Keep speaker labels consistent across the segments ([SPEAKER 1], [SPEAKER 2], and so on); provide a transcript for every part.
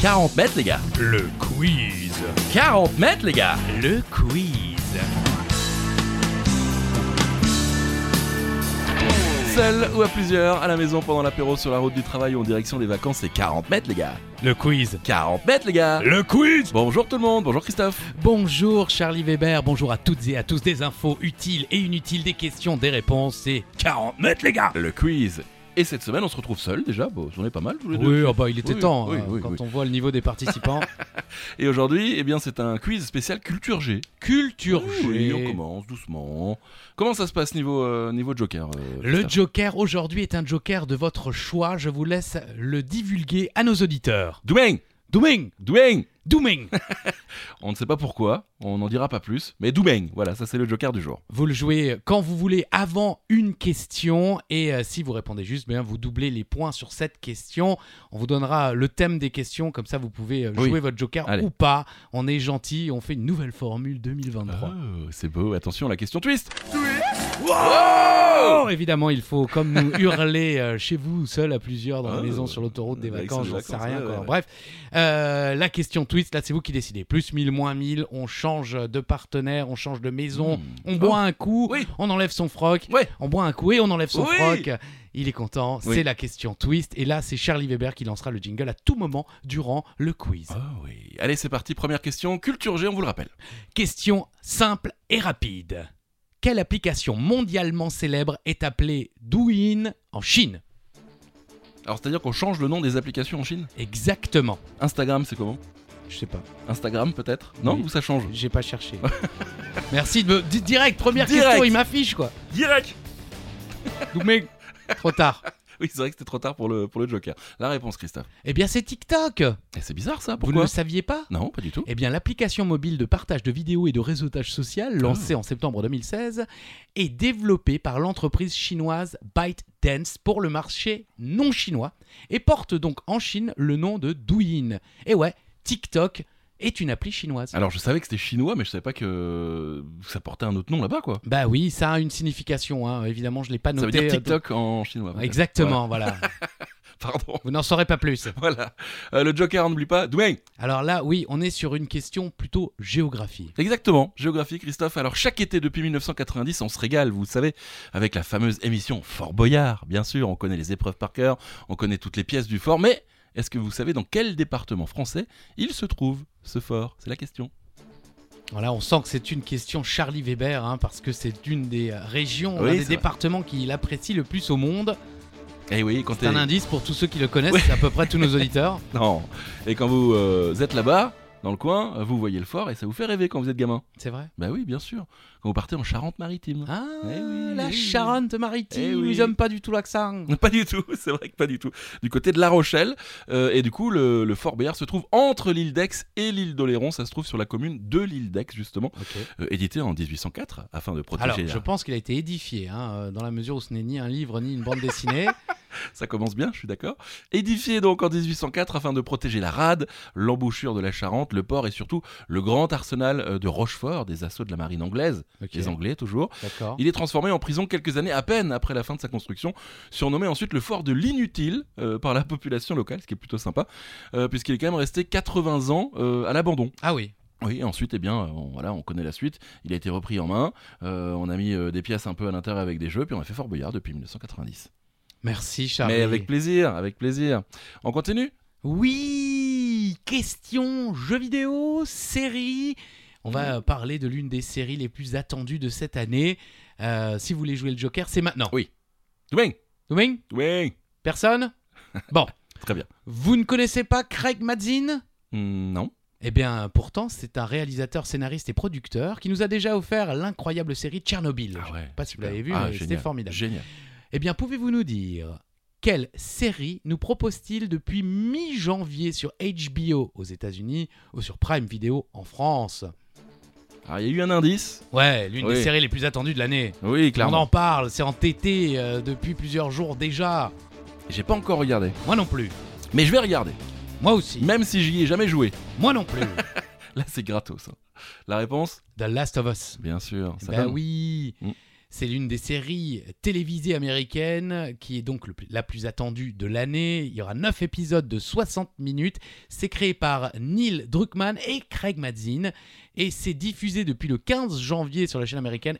[SPEAKER 1] 40 mètres, les gars.
[SPEAKER 2] Le quiz.
[SPEAKER 1] 40 mètres, les gars.
[SPEAKER 2] Le quiz.
[SPEAKER 1] Seul ou à plusieurs, à la maison pendant l'apéro, sur la route du travail ou en direction des vacances, c'est 40 mètres, les gars.
[SPEAKER 2] Le quiz.
[SPEAKER 1] 40 mètres, les gars.
[SPEAKER 2] Le quiz
[SPEAKER 1] Bonjour tout le monde, bonjour Christophe.
[SPEAKER 2] Bonjour Charlie Weber, bonjour à toutes et à tous des infos utiles et inutiles, des questions, des réponses, c'est 40 mètres les gars
[SPEAKER 1] Le quiz. Et cette semaine, on se retrouve seul déjà. Bon, j'en ai pas mal, tous les deux.
[SPEAKER 2] Oui, oh bah, il était
[SPEAKER 1] Oui,
[SPEAKER 2] temps,
[SPEAKER 1] oui,
[SPEAKER 2] euh,
[SPEAKER 1] oui,
[SPEAKER 2] quand
[SPEAKER 1] oui.
[SPEAKER 2] on voit le niveau des participants.
[SPEAKER 1] Et aujourd'hui, eh bien, c'est un quiz spécial culture G.
[SPEAKER 2] Culture
[SPEAKER 1] Oui,
[SPEAKER 2] G.
[SPEAKER 1] on commence doucement. Comment ça se passe niveau, euh, niveau Joker euh,
[SPEAKER 2] Le
[SPEAKER 1] Christophe
[SPEAKER 2] Joker aujourd'hui est un Joker de votre choix, je vous laisse le divulguer à nos auditeurs.
[SPEAKER 1] Doumeng
[SPEAKER 2] Dooming
[SPEAKER 1] Doumeng
[SPEAKER 2] Dooming
[SPEAKER 1] On ne sait pas pourquoi, on n'en dira pas plus, mais Doumeng, voilà, ça c'est le Joker du jour.
[SPEAKER 2] Vous le jouez quand vous voulez avant une question et euh, si vous répondez juste, bien, vous doublez les points sur cette question. On vous donnera le thème des questions, comme ça vous pouvez euh,
[SPEAKER 1] Oui.
[SPEAKER 2] jouer votre joker
[SPEAKER 1] Allez.
[SPEAKER 2] ou pas. On est gentil, on fait une nouvelle formule 2023.
[SPEAKER 1] Oh, c'est beau, attention, la question twist
[SPEAKER 2] Oh, évidemment, il faut, comme nous, hurler euh, chez vous, seul à plusieurs, dans la
[SPEAKER 1] Oh.
[SPEAKER 2] maison, sur l'autoroute, des
[SPEAKER 1] Avec
[SPEAKER 2] vacances,
[SPEAKER 1] ses
[SPEAKER 2] j'en sais
[SPEAKER 1] vacances,
[SPEAKER 2] rien.
[SPEAKER 1] ouais,
[SPEAKER 2] quoi.
[SPEAKER 1] ouais.
[SPEAKER 2] Bref, euh, la question twist, là, c'est vous qui décidez. Plus 1000, moins 1000, on change de partenaire, on change de maison,
[SPEAKER 1] Mmh.
[SPEAKER 2] on boit un coup,
[SPEAKER 1] Oh. Oui.
[SPEAKER 2] on enlève son froc,
[SPEAKER 1] Ouais.
[SPEAKER 2] on boit un coup et on enlève son
[SPEAKER 1] Oui.
[SPEAKER 2] froc. Il est content,
[SPEAKER 1] Oui.
[SPEAKER 2] c'est la question twist. Et là, c'est Charlie Weber qui lancera le jingle à tout moment durant le quiz.
[SPEAKER 1] Ah oui. Allez, c'est parti, première question, culture G, on vous le rappelle.
[SPEAKER 2] Question simple et rapide. Quelle application mondialement célèbre est appelée Douyin en Chine
[SPEAKER 1] Alors, c'est-à-dire qu'on change le nom des applications en Chine
[SPEAKER 2] Exactement.
[SPEAKER 1] Instagram, c'est comment
[SPEAKER 2] Je sais pas.
[SPEAKER 1] Instagram, peut-être Non
[SPEAKER 2] Oui.
[SPEAKER 1] Ou ça change
[SPEAKER 2] J'ai pas cherché. Merci de me. di- Direct, première
[SPEAKER 1] Direct.
[SPEAKER 2] question, il m'affiche quoi.
[SPEAKER 1] Direct
[SPEAKER 2] Doumé. Trop tard.
[SPEAKER 1] Oui, c'est vrai que c'était trop tard pour le, pour le Joker. La réponse, Christophe.
[SPEAKER 2] Eh bien, c'est TikTok.
[SPEAKER 1] Et c'est bizarre ça,
[SPEAKER 2] Vous ne
[SPEAKER 1] pourquoi
[SPEAKER 2] le saviez pas
[SPEAKER 1] Non, pas du tout.
[SPEAKER 2] Eh bien, l'application mobile de partage de vidéos et de réseautage
[SPEAKER 1] Ah.
[SPEAKER 2] social, lancée en septembre 2016, est développée par l'entreprise chinoise ByteDance pour le marché non chinois et porte donc en Chine le nom de Douyin. Et ouais, TikTok est une appli chinoise.
[SPEAKER 1] Alors, je savais que c'était chinois, mais je savais pas que ça portait un autre nom là-bas, quoi.
[SPEAKER 2] Bah oui, ça a une signification, hein. évidemment, je ne l'ai pas
[SPEAKER 1] Ça veut
[SPEAKER 2] noté.
[SPEAKER 1] dire
[SPEAKER 2] euh,
[SPEAKER 1] TikTok en chinois.
[SPEAKER 2] tout-
[SPEAKER 1] peut-être.
[SPEAKER 2] Exactement, voilà.
[SPEAKER 1] Voilà. Pardon.
[SPEAKER 2] Vous n'en saurez pas plus.
[SPEAKER 1] Voilà. Euh, le Joker, on n'oublie pas. Dwayne.
[SPEAKER 2] Alors là, oui, on est sur une question plutôt géographie.
[SPEAKER 1] Exactement. Géographie, Christophe. Alors, chaque été depuis 1990, on se régale, vous le savez, avec la fameuse émission Fort Boyard. Bien sûr, on connaît les épreuves par cœur, on connaît toutes les pièces du fort, mais est-ce que vous savez dans quel département français il se trouve, ce fort C'est la question.
[SPEAKER 2] Voilà, on sent que c'est une question Charlie Weber, hein, parce que c'est une des euh, régions,
[SPEAKER 1] Oui,
[SPEAKER 2] un des
[SPEAKER 1] c'est vrai.
[SPEAKER 2] départements qu'il apprécie le plus au monde.
[SPEAKER 1] Eh oui, quand
[SPEAKER 2] C'est un
[SPEAKER 1] t'es-
[SPEAKER 2] indice pour tous ceux qui le connaissent,
[SPEAKER 1] Oui.
[SPEAKER 2] c'est à peu près tous nos auditeurs.
[SPEAKER 1] Non. Et quand vous euh, êtes là-bas, dans le coin, vous voyez le fort et ça vous fait rêver quand vous êtes gamin.
[SPEAKER 2] C'est vrai
[SPEAKER 1] Bah oui, bien sûr. Quand vous partez en Charente-Maritime.
[SPEAKER 2] Ah,
[SPEAKER 1] Eh oui, eh
[SPEAKER 2] la
[SPEAKER 1] oui.
[SPEAKER 2] Charente-Maritime,
[SPEAKER 1] Eh oui.
[SPEAKER 2] ils aiment pas du tout l'accent.
[SPEAKER 1] Pas du tout, c'est vrai que pas du tout. Du côté de La Rochelle, euh, et du coup, le, le Fort Béard se trouve entre l'île d'Aix et l'île d'Oléron. Ça se trouve sur la commune de l'île d'Aix, justement, euh, édité en 1804 afin de protéger.
[SPEAKER 2] Alors,
[SPEAKER 1] la-
[SPEAKER 2] je pense qu'il a été édifié, hein, euh, dans la mesure où ce n'est ni un livre ni une bande dessinée.
[SPEAKER 1] Ça commence bien, je suis d'accord. Édifié donc en 1804 afin de protéger la rade, l'embouchure de la Charente, le port et surtout le grand arsenal euh, de Rochefort, des assauts de la marine anglaise,
[SPEAKER 2] Ok,
[SPEAKER 1] les Anglais toujours.
[SPEAKER 2] D'accord.
[SPEAKER 1] Il est transformé en prison quelques années à peine après la fin de sa construction, surnommé ensuite le fort de l'inutile euh, par la population locale, ce qui est plutôt sympa, euh, puisqu'il est quand même resté 80 ans euh, à l'abandon.
[SPEAKER 2] Ah oui,
[SPEAKER 1] Oui, et ensuite, eh bien, euh, on, voilà, on connaît la suite. Il a été repris en main, euh, on a mis euh, des pièces un peu à l'intérieur avec des jeux, puis on a fait Fort Boyard depuis 1990.
[SPEAKER 2] merci Charlie.
[SPEAKER 1] Mais avec plaisir, avec plaisir. On continue
[SPEAKER 2] Oui, question jeux vidéo, série. On va euh, parler de l'une des séries les plus attendues de cette année. Euh, si vous voulez jouer le Joker, c'est maintenant.
[SPEAKER 1] Oui. Dwayne
[SPEAKER 2] Domingue
[SPEAKER 1] Dwayne
[SPEAKER 2] Personne Bon,
[SPEAKER 1] Très bien.
[SPEAKER 2] vous ne connaissez pas Craig Mazin
[SPEAKER 1] Hmm, non
[SPEAKER 2] Eh bien, pourtant, c'est un réalisateur, scénariste et producteur qui nous a déjà offert l'incroyable série Tchernobyl. Je
[SPEAKER 1] Ah ouais,
[SPEAKER 2] sais pas si vous
[SPEAKER 1] super.
[SPEAKER 2] l'avez vu,
[SPEAKER 1] Ah,
[SPEAKER 2] mais c'était
[SPEAKER 1] génial.
[SPEAKER 2] formidable.
[SPEAKER 1] Génial.
[SPEAKER 2] Eh bien, pouvez-vous nous dire quelle série nous propose-t-il depuis mi-janvier sur HBO aux États-Unis ou sur Prime Video en France
[SPEAKER 1] Alors, Ah, il y a eu un indice.
[SPEAKER 2] Ouais, l'une des
[SPEAKER 1] Oui.
[SPEAKER 2] séries les plus attendues de l'année.
[SPEAKER 1] Oui,
[SPEAKER 2] On en
[SPEAKER 1] clairement.
[SPEAKER 2] parle, c'est entêté euh, depuis plusieurs jours déjà.
[SPEAKER 1] J'ai pas encore regardé.
[SPEAKER 2] Moi non plus.
[SPEAKER 1] Mais je vais regarder,
[SPEAKER 2] Moi aussi.
[SPEAKER 1] même si j'y ai jamais joué.
[SPEAKER 2] Moi non plus.
[SPEAKER 1] Là, c'est gratos. hein. La réponse
[SPEAKER 2] The Last of Us.
[SPEAKER 1] Bien sûr. Hein, ça
[SPEAKER 2] Bah
[SPEAKER 1] donne.
[SPEAKER 2] oui.
[SPEAKER 1] Mm.
[SPEAKER 2] C'est l'une des séries télévisées américaines qui est donc le plus- la plus attendue de l'année. Il y aura 9 épisodes de 60 minutes. C'est créé par Neil Druckmann et Craig Mazin et c'est diffusé depuis le 15 janvier sur la chaîne américaine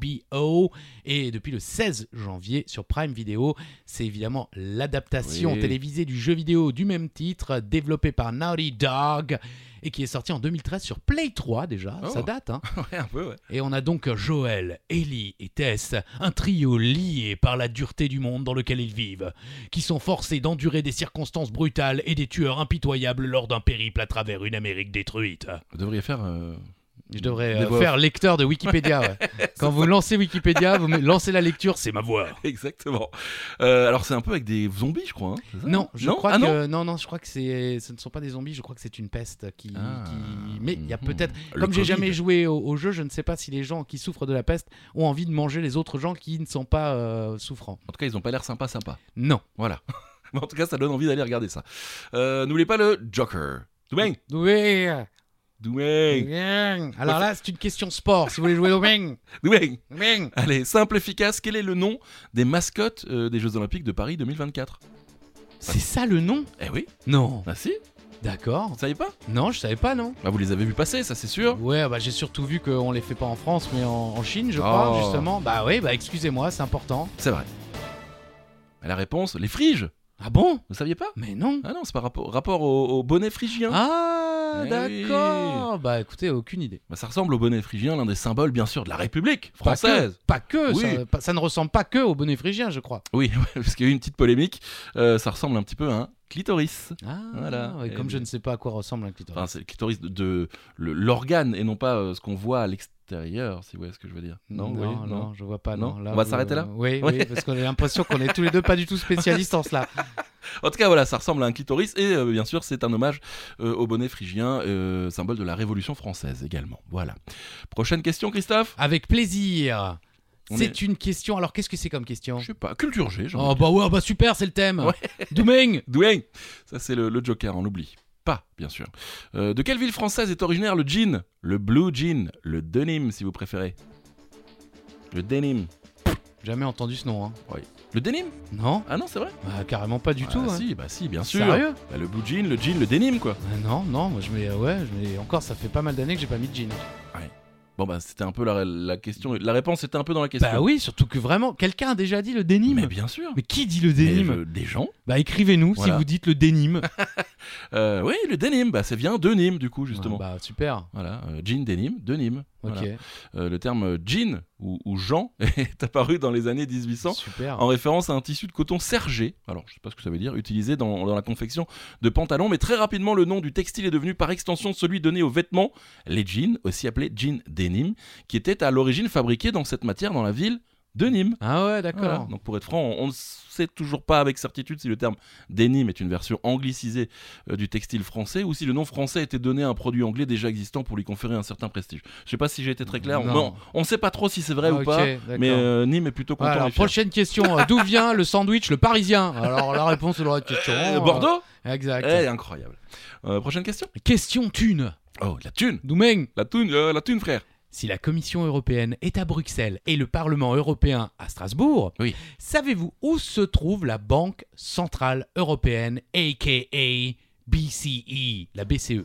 [SPEAKER 2] HBO et depuis le 16 janvier sur Prime Video. C'est évidemment l'adaptation
[SPEAKER 1] Oui.
[SPEAKER 2] télévisée du jeu vidéo du même titre développé par Naughty Dog et qui est sorti en 2013 sur Play 3 déjà,
[SPEAKER 1] Oh.
[SPEAKER 2] ça date hein.
[SPEAKER 1] Ouais, un peu, ouais.
[SPEAKER 2] Et on a donc Joël, Ellie et Tess, un trio lié par la dureté du monde dans lequel ils vivent, qui sont forcés d'endurer des circonstances brutales et des tueurs impitoyables lors d'un périple à travers une Amérique détruite.
[SPEAKER 1] Vous devriez faire. euh,
[SPEAKER 2] Je devrais
[SPEAKER 1] Des
[SPEAKER 2] euh,
[SPEAKER 1] voix
[SPEAKER 2] faire lecteur de Wikipédia. ouais. Quand vous lancez Wikipédia, vous me- lancez la lecture, c'est ma voix.
[SPEAKER 1] Exactement. Euh, alors, c'est un peu avec des zombies, je crois. hein, c'est ça
[SPEAKER 2] Non, je crois
[SPEAKER 1] Ah, non
[SPEAKER 2] que non, non, je crois que c'est, ce ne sont pas des zombies, je crois que c'est une peste qui.
[SPEAKER 1] Ah.
[SPEAKER 2] qui- Mais il y a
[SPEAKER 1] Mhm.
[SPEAKER 2] peut-être.
[SPEAKER 1] Le
[SPEAKER 2] Comme j'ai
[SPEAKER 1] Covid.
[SPEAKER 2] jamais joué au, au jeu, je ne sais pas si les gens qui souffrent de la peste ont envie de manger les autres gens qui ne sont pas euh, souffrants.
[SPEAKER 1] En tout cas, ils ont pas l'air sympa, sympa.
[SPEAKER 2] Non.
[SPEAKER 1] Voilà. Mais en tout cas, ça donne envie d'aller regarder ça. Euh, N'oubliez pas le Joker. Doumeng
[SPEAKER 2] Oui.
[SPEAKER 1] Doumeng
[SPEAKER 2] Bien. Alors là, c'est une question sport. Si vous voulez jouer au bing,
[SPEAKER 1] Doumeng
[SPEAKER 2] bing.
[SPEAKER 1] Allez, simple, efficace, quel est le nom des mascottes euh, des Jeux Olympiques de Paris 2024
[SPEAKER 2] C'est ça le nom
[SPEAKER 1] Eh oui,
[SPEAKER 2] Non.
[SPEAKER 1] bah si,
[SPEAKER 2] D'accord.
[SPEAKER 1] vous ne savez pas
[SPEAKER 2] Non, je savais pas, non.
[SPEAKER 1] Bah, vous les avez vus passer, ça c'est sûr.
[SPEAKER 2] Ouais, bah j'ai surtout vu qu'on les fait pas en France, mais en, en Chine, je
[SPEAKER 1] Oh.
[SPEAKER 2] crois, justement. Bah oui, bah excusez-moi, c'est important.
[SPEAKER 1] C'est vrai. Mais La réponse, les friges
[SPEAKER 2] Ah bon
[SPEAKER 1] Vous saviez pas
[SPEAKER 2] Mais non.
[SPEAKER 1] Ah non, c'est par rapport, rapport au, au bonnet phrygien.
[SPEAKER 2] Ah,
[SPEAKER 1] Eh
[SPEAKER 2] d'accord. Bah écoutez, aucune idée.
[SPEAKER 1] Bah, ça ressemble au bonnet phrygien, l'un des symboles bien sûr de la République
[SPEAKER 2] Pas que-
[SPEAKER 1] française.
[SPEAKER 2] Pas que,
[SPEAKER 1] Oui.
[SPEAKER 2] ça, pas- ça ne ressemble pas que au bonnet phrygien, je crois.
[SPEAKER 1] Oui, ouais, parce qu'il y a eu une petite polémique. Euh, ça ressemble un petit peu à un clitoris.
[SPEAKER 2] Ah,
[SPEAKER 1] Voilà.
[SPEAKER 2] ouais,
[SPEAKER 1] Et
[SPEAKER 2] comme je
[SPEAKER 1] oui.
[SPEAKER 2] ne sais pas à quoi ressemble un clitoris.
[SPEAKER 1] Enfin, c'est le clitoris de, de- le- l'organe et non pas euh, ce qu'on voit à l'extérieur, si vous voyez ce que je veux dire. Non,
[SPEAKER 2] non,
[SPEAKER 1] vous voyez,
[SPEAKER 2] non, je vois pas. Non,
[SPEAKER 1] Non
[SPEAKER 2] Là,
[SPEAKER 1] On va
[SPEAKER 2] vous-
[SPEAKER 1] s'arrêter là
[SPEAKER 2] Oui,
[SPEAKER 1] Oui.
[SPEAKER 2] oui, parce qu'on a l'impression qu'on est tous les deux pas du tout spécialistes en cela.
[SPEAKER 1] En tout cas, voilà, ça ressemble à un clitoris et euh, bien sûr, c'est un hommage euh, au bonnet phrygien, euh, symbole de la Révolution française également. Voilà. Prochaine question, Christophe
[SPEAKER 2] Avec plaisir.
[SPEAKER 1] On
[SPEAKER 2] C'est une question. Alors, qu'est-ce que c'est comme question
[SPEAKER 1] Je sais pas, culture G, genre.
[SPEAKER 2] Oh bah ouais, bah super, c'est le thème.
[SPEAKER 1] Ouais.
[SPEAKER 2] Doumeng
[SPEAKER 1] Douane Ça, c'est le, le Joker, on l'oublie. Pas, bien sûr. Euh, de quelle ville française est originaire le jean Le blue jean Le denim, si vous préférez. Le denim.
[SPEAKER 2] Jamais entendu ce nom. Hein.
[SPEAKER 1] Le denim
[SPEAKER 2] Non
[SPEAKER 1] Ah non, c'est vrai
[SPEAKER 2] Bah, Carrément pas du
[SPEAKER 1] Ah,
[SPEAKER 2] tout. hein.
[SPEAKER 1] Si, bah si, bien sûr.
[SPEAKER 2] Sérieux
[SPEAKER 1] Bah, le blue jean, le jean, le denim, quoi.
[SPEAKER 2] Ah Non, non, moi je mets. Ouais, je mets. Encore, ça fait pas mal d'années que j'ai pas mis de jean.
[SPEAKER 1] Bon, bah, c'était un peu la, la question. La réponse était un peu dans la question.
[SPEAKER 2] Bah oui, surtout que vraiment, quelqu'un a déjà dit le dénime.
[SPEAKER 1] Mais bien sûr.
[SPEAKER 2] Mais qui dit le
[SPEAKER 1] Mais
[SPEAKER 2] dénime
[SPEAKER 1] le- des gens
[SPEAKER 2] Bah écrivez-nous
[SPEAKER 1] Voilà.
[SPEAKER 2] si vous dites le dénime.
[SPEAKER 1] Euh, Oui, le denim, bah, ça vient de Nîmes, du coup, justement.
[SPEAKER 2] Ah, bah super.
[SPEAKER 1] Voilà, euh, jean, denim, de Nîmes.
[SPEAKER 2] Ok.
[SPEAKER 1] Voilà. Euh, le terme euh, jean ou, ou Jean est apparu dans les années 1800
[SPEAKER 2] Super.
[SPEAKER 1] en référence à un tissu de coton sergé, alors je sais pas ce que ça veut dire, utilisé dans, dans la confection de pantalons, mais très rapidement le nom du textile est devenu par extension celui donné aux vêtements, les jeans, aussi appelés jeans denim, qui étaient à l'origine fabriqués dans cette matière dans la ville de Nîmes.
[SPEAKER 2] Ah ouais, d'accord.
[SPEAKER 1] Voilà. Donc pour être franc, on on ne sait toujours pas avec certitude si le terme denim est une version anglicisée euh, du textile français ou si le nom français était donné à un produit anglais déjà existant pour lui conférer un certain prestige. Je sais pas si j'ai été très clair.
[SPEAKER 2] Non.
[SPEAKER 1] Non, on ne sait pas trop si c'est vrai
[SPEAKER 2] Ah,
[SPEAKER 1] ou
[SPEAKER 2] ok,
[SPEAKER 1] pas.
[SPEAKER 2] d'accord.
[SPEAKER 1] Mais euh, Nîmes est plutôt content.
[SPEAKER 2] Voilà,
[SPEAKER 1] et fier.
[SPEAKER 2] prochaine question. euh, D'où vient le sandwich, le parisien Alors la réponse aura être question.
[SPEAKER 1] Euh,
[SPEAKER 2] euh,
[SPEAKER 1] Bordeaux
[SPEAKER 2] Exact.
[SPEAKER 1] Eh, incroyable. Euh, prochaine question
[SPEAKER 2] Question thune.
[SPEAKER 1] Oh, la thune
[SPEAKER 2] Doumeng
[SPEAKER 1] La thune, euh, la thune, frère
[SPEAKER 2] Si la Commission européenne est à Bruxelles et le Parlement européen à Strasbourg,
[SPEAKER 1] Oui.
[SPEAKER 2] savez-vous où se trouve la Banque Centrale Européenne, aka BCE, E, la BCE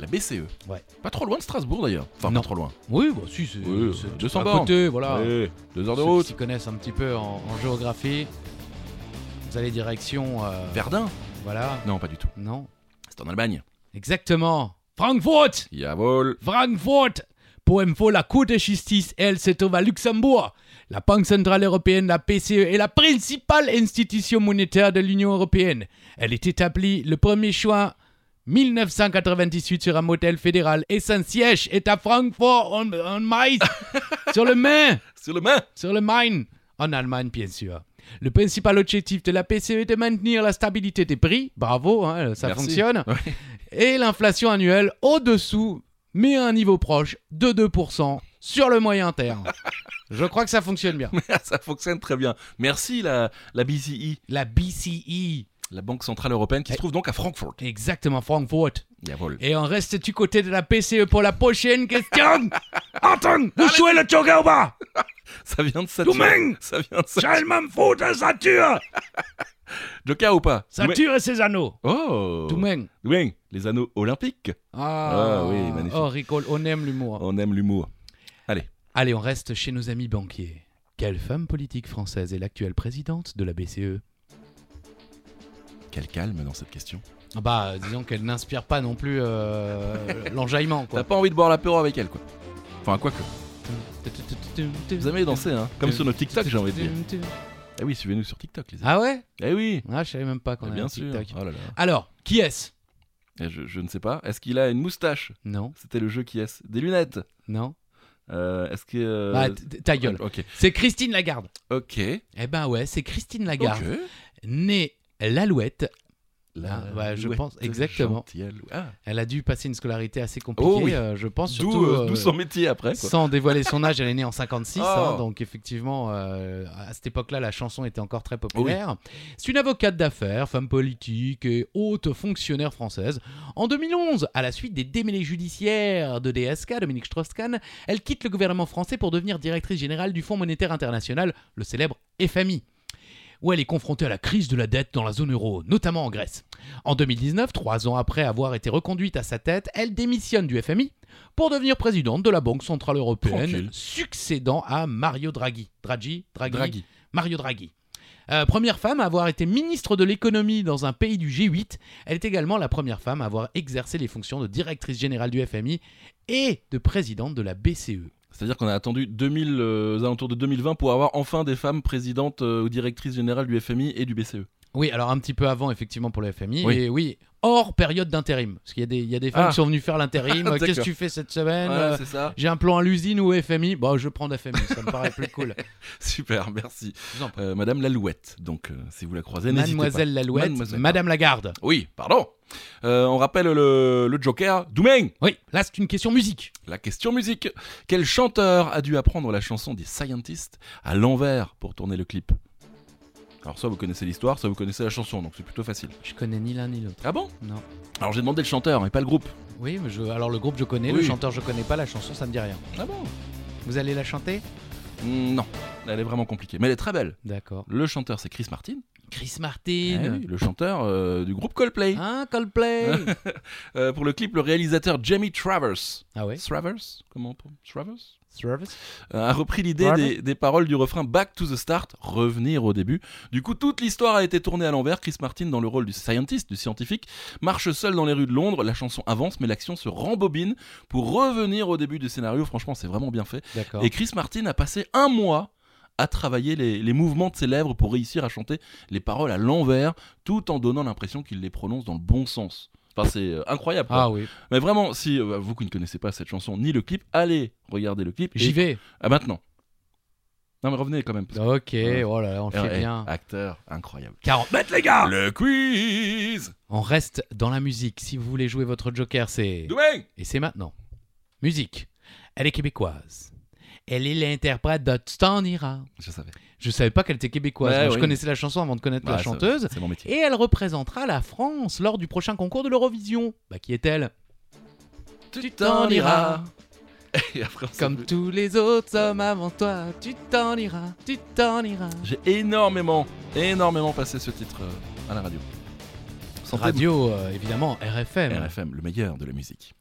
[SPEAKER 1] La BCE.
[SPEAKER 2] Ouais.
[SPEAKER 1] Pas trop loin de Strasbourg d'ailleurs. Enfin,
[SPEAKER 2] Non.
[SPEAKER 1] pas trop loin.
[SPEAKER 2] Oui, bah si, c'est
[SPEAKER 1] Oui, euh,
[SPEAKER 2] c'est
[SPEAKER 1] 200
[SPEAKER 2] à
[SPEAKER 1] bornes.
[SPEAKER 2] côté, voilà.
[SPEAKER 1] Allez, deux heures de
[SPEAKER 2] Ceux
[SPEAKER 1] route.
[SPEAKER 2] qui s'y connaissent un petit peu en, en géographie, vous allez direction... euh,
[SPEAKER 1] Verdun
[SPEAKER 2] Voilà.
[SPEAKER 1] Non, pas du tout.
[SPEAKER 2] Non.
[SPEAKER 1] C'est en Allemagne.
[SPEAKER 2] Exactement. Francfort
[SPEAKER 1] Jawohl.
[SPEAKER 2] Francfort Pour info, la Cour de justice, elle, se trouve à Luxembourg. La Banque Centrale Européenne, la PCE, est la principale institution monétaire de l'Union Européenne. Elle est établie le 1er juin 1998 sur un modèle fédéral et son siège est à Francfort en, en Main, sur le Main
[SPEAKER 1] Sur le main
[SPEAKER 2] sur le Main, en Allemagne bien sûr. Le principal objectif de la PCE est de maintenir la stabilité des prix, bravo, hein, ça
[SPEAKER 1] Merci.
[SPEAKER 2] fonctionne,
[SPEAKER 1] Ouais.
[SPEAKER 2] et l'inflation annuelle au-dessous, mais à un niveau proche de 2% sur le moyen terme. Je crois que ça fonctionne bien.
[SPEAKER 1] Ça fonctionne très bien. Merci la, la BCE,
[SPEAKER 2] La BCE,
[SPEAKER 1] la Banque Centrale Européenne, qui se trouve donc à Francfort.
[SPEAKER 2] exactement, Francfort.
[SPEAKER 1] Jawohl.
[SPEAKER 2] Et on reste E du côté de la PCE pour la prochaine question. Anton,
[SPEAKER 1] Allez.
[SPEAKER 2] où est le Joker ou pas
[SPEAKER 1] Ça vient de Saturne.
[SPEAKER 3] Domingue
[SPEAKER 1] Ça vient de Saturne.
[SPEAKER 3] Schalmam fout à Satur
[SPEAKER 1] Joker ou pas Domingue.
[SPEAKER 3] Satur et ses anneaux
[SPEAKER 1] Oh
[SPEAKER 2] Doumeng.
[SPEAKER 1] Doumeng, les anneaux olympiques.
[SPEAKER 2] Ah,
[SPEAKER 1] Ah oui, magnifique.
[SPEAKER 2] Oh, Ricole, on aime l'humour.
[SPEAKER 1] On aime l'humour.
[SPEAKER 2] Allez, on reste chez nos amis banquiers. Quelle femme politique française est l'actuelle présidente de la E BCE
[SPEAKER 1] Quel calme dans cette question.
[SPEAKER 2] Ah Bah, disons qu'elle n'inspire pas non plus euh, l'enjaillement,
[SPEAKER 1] T'as
[SPEAKER 2] quoi.
[SPEAKER 1] pas envie de boire l'apéro avec elle, quoi. Enfin, quoi que. Vous aimez danser, hein Comme sur nos TikTok, j'ai envie de dire. Eh oui, suivez-nous sur TikTok, les amis.
[SPEAKER 2] Ah ouais
[SPEAKER 1] Eh oui
[SPEAKER 2] Ah, je savais même pas qu'on
[SPEAKER 1] Eh
[SPEAKER 2] avait
[SPEAKER 1] Bien
[SPEAKER 2] un
[SPEAKER 1] sûr.
[SPEAKER 2] TikTok.
[SPEAKER 1] Oh là là.
[SPEAKER 2] Alors, qui est-ce
[SPEAKER 1] Eh, Je, je ne sais pas. Est-ce qu'il a une moustache
[SPEAKER 2] Non,
[SPEAKER 1] C'était le jeu qui est Des lunettes
[SPEAKER 2] non.
[SPEAKER 1] Euh, Est-ce que. euh,
[SPEAKER 2] Bah, t- ta gueule.
[SPEAKER 1] Ok.
[SPEAKER 2] C'est Christine Lagarde.
[SPEAKER 1] Ok.
[SPEAKER 2] Eh ben ouais, c'est Christine Lagarde.
[SPEAKER 1] Ok.
[SPEAKER 2] Née l'Alouette,
[SPEAKER 1] La
[SPEAKER 2] Ah, bah, je
[SPEAKER 1] Louette
[SPEAKER 2] pense- exactement.
[SPEAKER 1] gentille Alou- Ah,
[SPEAKER 2] elle a dû passer une scolarité assez compliquée,
[SPEAKER 1] Oh oui.
[SPEAKER 2] euh, je pense.
[SPEAKER 1] d'où
[SPEAKER 2] Surtout,
[SPEAKER 1] euh,
[SPEAKER 2] euh,
[SPEAKER 1] d'où son métier après, quoi.
[SPEAKER 2] sans dévoiler son âge, elle est née en 56,
[SPEAKER 1] Oh.
[SPEAKER 2] hein, donc effectivement, euh, à cette époque-là, la chanson était encore très populaire. C'est une avocate d'affaires, femme politique et haute fonctionnaire française. En 2011, à la suite des démêlés judiciaires de DSK, Dominique Strauss-Kahn, elle quitte le gouvernement français pour devenir directrice générale du Fonds monétaire international, le célèbre FMI où elle est confrontée à la crise de la dette dans la zone euro, notamment en Grèce. En 2019, trois ans après avoir été reconduite à sa tête, elle démissionne du FMI pour devenir présidente de la Banque Centrale Européenne,
[SPEAKER 1] Tranquille.
[SPEAKER 2] succédant à Mario Draghi. Draghi Draghi,
[SPEAKER 1] Draghi.
[SPEAKER 2] Mario Draghi. Euh, première femme à avoir été ministre de l'économie dans un pays du G8, elle est également la première femme à avoir exercé les fonctions de directrice générale du FMI et de présidente de la E. BCE.
[SPEAKER 1] C'est-à-dire qu'on a attendu 2000, euh, aux alentours de 2020 pour avoir enfin des femmes présidentes euh, ou directrices générales du FMI et du E. BCE.
[SPEAKER 2] Oui, alors un petit peu avant, effectivement, pour le FMI.
[SPEAKER 1] Oui.
[SPEAKER 2] Et oui, hors période d'intérim. Parce qu'il y a des, il y a des femmes
[SPEAKER 1] Ah.
[SPEAKER 2] qui sont venues faire l'intérim. Euh,
[SPEAKER 1] D'accord.
[SPEAKER 2] Qu'est-ce que tu fais cette semaine
[SPEAKER 1] Voilà,
[SPEAKER 2] Euh,
[SPEAKER 1] c'est ça.
[SPEAKER 2] J'ai un plan à l'usine ou au FMI. Bon, je prends de FMI, ça me paraît plus cool.
[SPEAKER 1] Super, merci.
[SPEAKER 2] Je vous en prie.
[SPEAKER 1] Euh, Madame Lalouette, donc euh, si vous la croisez, n'hésitez pas.
[SPEAKER 2] Mademoiselle Lalouette,
[SPEAKER 1] Mademoiselle,
[SPEAKER 2] Madame Lagarde.
[SPEAKER 1] Oui, pardon. Euh, on rappelle le, le Joker, Doumeng.
[SPEAKER 2] Oui, là c'est une question musique.
[SPEAKER 1] La question musique. Quel chanteur a dû apprendre la chanson des Scientists à l'envers pour tourner le clip Alors soit vous connaissez l'histoire, soit vous connaissez la chanson, donc c'est plutôt facile.
[SPEAKER 2] Je connais ni l'un ni l'autre.
[SPEAKER 1] Ah bon
[SPEAKER 2] Non.
[SPEAKER 1] Alors j'ai demandé le chanteur et pas le groupe.
[SPEAKER 2] Oui, mais je- alors le groupe je connais, le
[SPEAKER 1] Oui.
[SPEAKER 2] chanteur je connais pas, la chanson ça me dit rien.
[SPEAKER 1] Ah bon
[SPEAKER 2] Vous allez la chanter
[SPEAKER 1] Mm, Non, elle est vraiment compliquée, mais elle est très belle.
[SPEAKER 2] D'accord.
[SPEAKER 1] Le chanteur c'est Chris Martin,
[SPEAKER 2] Chris
[SPEAKER 1] Eh
[SPEAKER 2] Martin.
[SPEAKER 1] oui, le chanteur euh, du groupe Coldplay.
[SPEAKER 2] Hein, Coldplay
[SPEAKER 1] Euh, pour le clip, le réalisateur Jamie Travers.
[SPEAKER 2] Ah ouais
[SPEAKER 1] Travers Comment on prononce Travers
[SPEAKER 2] Service
[SPEAKER 1] Euh, a repris l'idée
[SPEAKER 2] Travers.
[SPEAKER 1] des, des paroles du refrain Back to the Start, revenir au début. Du coup, toute l'histoire a été tournée à l'envers. Chris Martin, dans le rôle du scientist, du scientifique, marche seul dans les rues de Londres. La chanson avance, mais l'action se rembobine pour revenir au début du scénario. Franchement, c'est vraiment bien fait.
[SPEAKER 2] D'accord.
[SPEAKER 1] Et Chris Martin a passé un mois à travailler les, les mouvements de ses lèvres pour réussir à chanter les paroles à l'envers, tout en donnant l'impression qu'il les prononce dans le bon sens. Enfin, c'est euh, incroyable. quoi.
[SPEAKER 2] Ah oui,
[SPEAKER 1] Mais vraiment, si euh, vous qui ne connaissez pas cette chanson ni le clip, allez regarder le clip. et-
[SPEAKER 2] j'y vais.
[SPEAKER 1] à maintenant. Non mais revenez quand même. parce que-
[SPEAKER 2] Ok, oh là là, on le fait
[SPEAKER 1] Eh, eh,
[SPEAKER 2] bien.
[SPEAKER 1] Acteur incroyable.
[SPEAKER 2] 40.
[SPEAKER 3] Bête les gars
[SPEAKER 1] Le quiz
[SPEAKER 2] On reste dans la musique. Si vous voulez jouer votre Joker, c'est.
[SPEAKER 1] Doumeng
[SPEAKER 2] Et c'est maintenant. Musique. Elle est québécoise. Elle est l'interprète de Tu t'en iras.
[SPEAKER 1] Je savais.
[SPEAKER 2] Je savais pas qu'elle était québécoise.
[SPEAKER 1] Ouais,
[SPEAKER 2] mais Je
[SPEAKER 1] oui.
[SPEAKER 2] connaissais la chanson avant de connaître
[SPEAKER 1] Bah,
[SPEAKER 2] la
[SPEAKER 1] ça-
[SPEAKER 2] chanteuse.
[SPEAKER 1] C'est mon métier.
[SPEAKER 2] Et elle représentera la France lors du prochain concours de l'Eurovision. Bah, qui est-elle
[SPEAKER 1] Tu Et après, on s'en
[SPEAKER 2] Comme
[SPEAKER 1] fout.
[SPEAKER 2] tous les autres hommes avant toi. Tu t'en iras, tu t'en iras.
[SPEAKER 1] J'ai énormément, énormément passé ce titre euh, à la radio. Santé,
[SPEAKER 2] Radio, euh, évidemment, RFM.
[SPEAKER 1] RFM, le meilleur de la musique.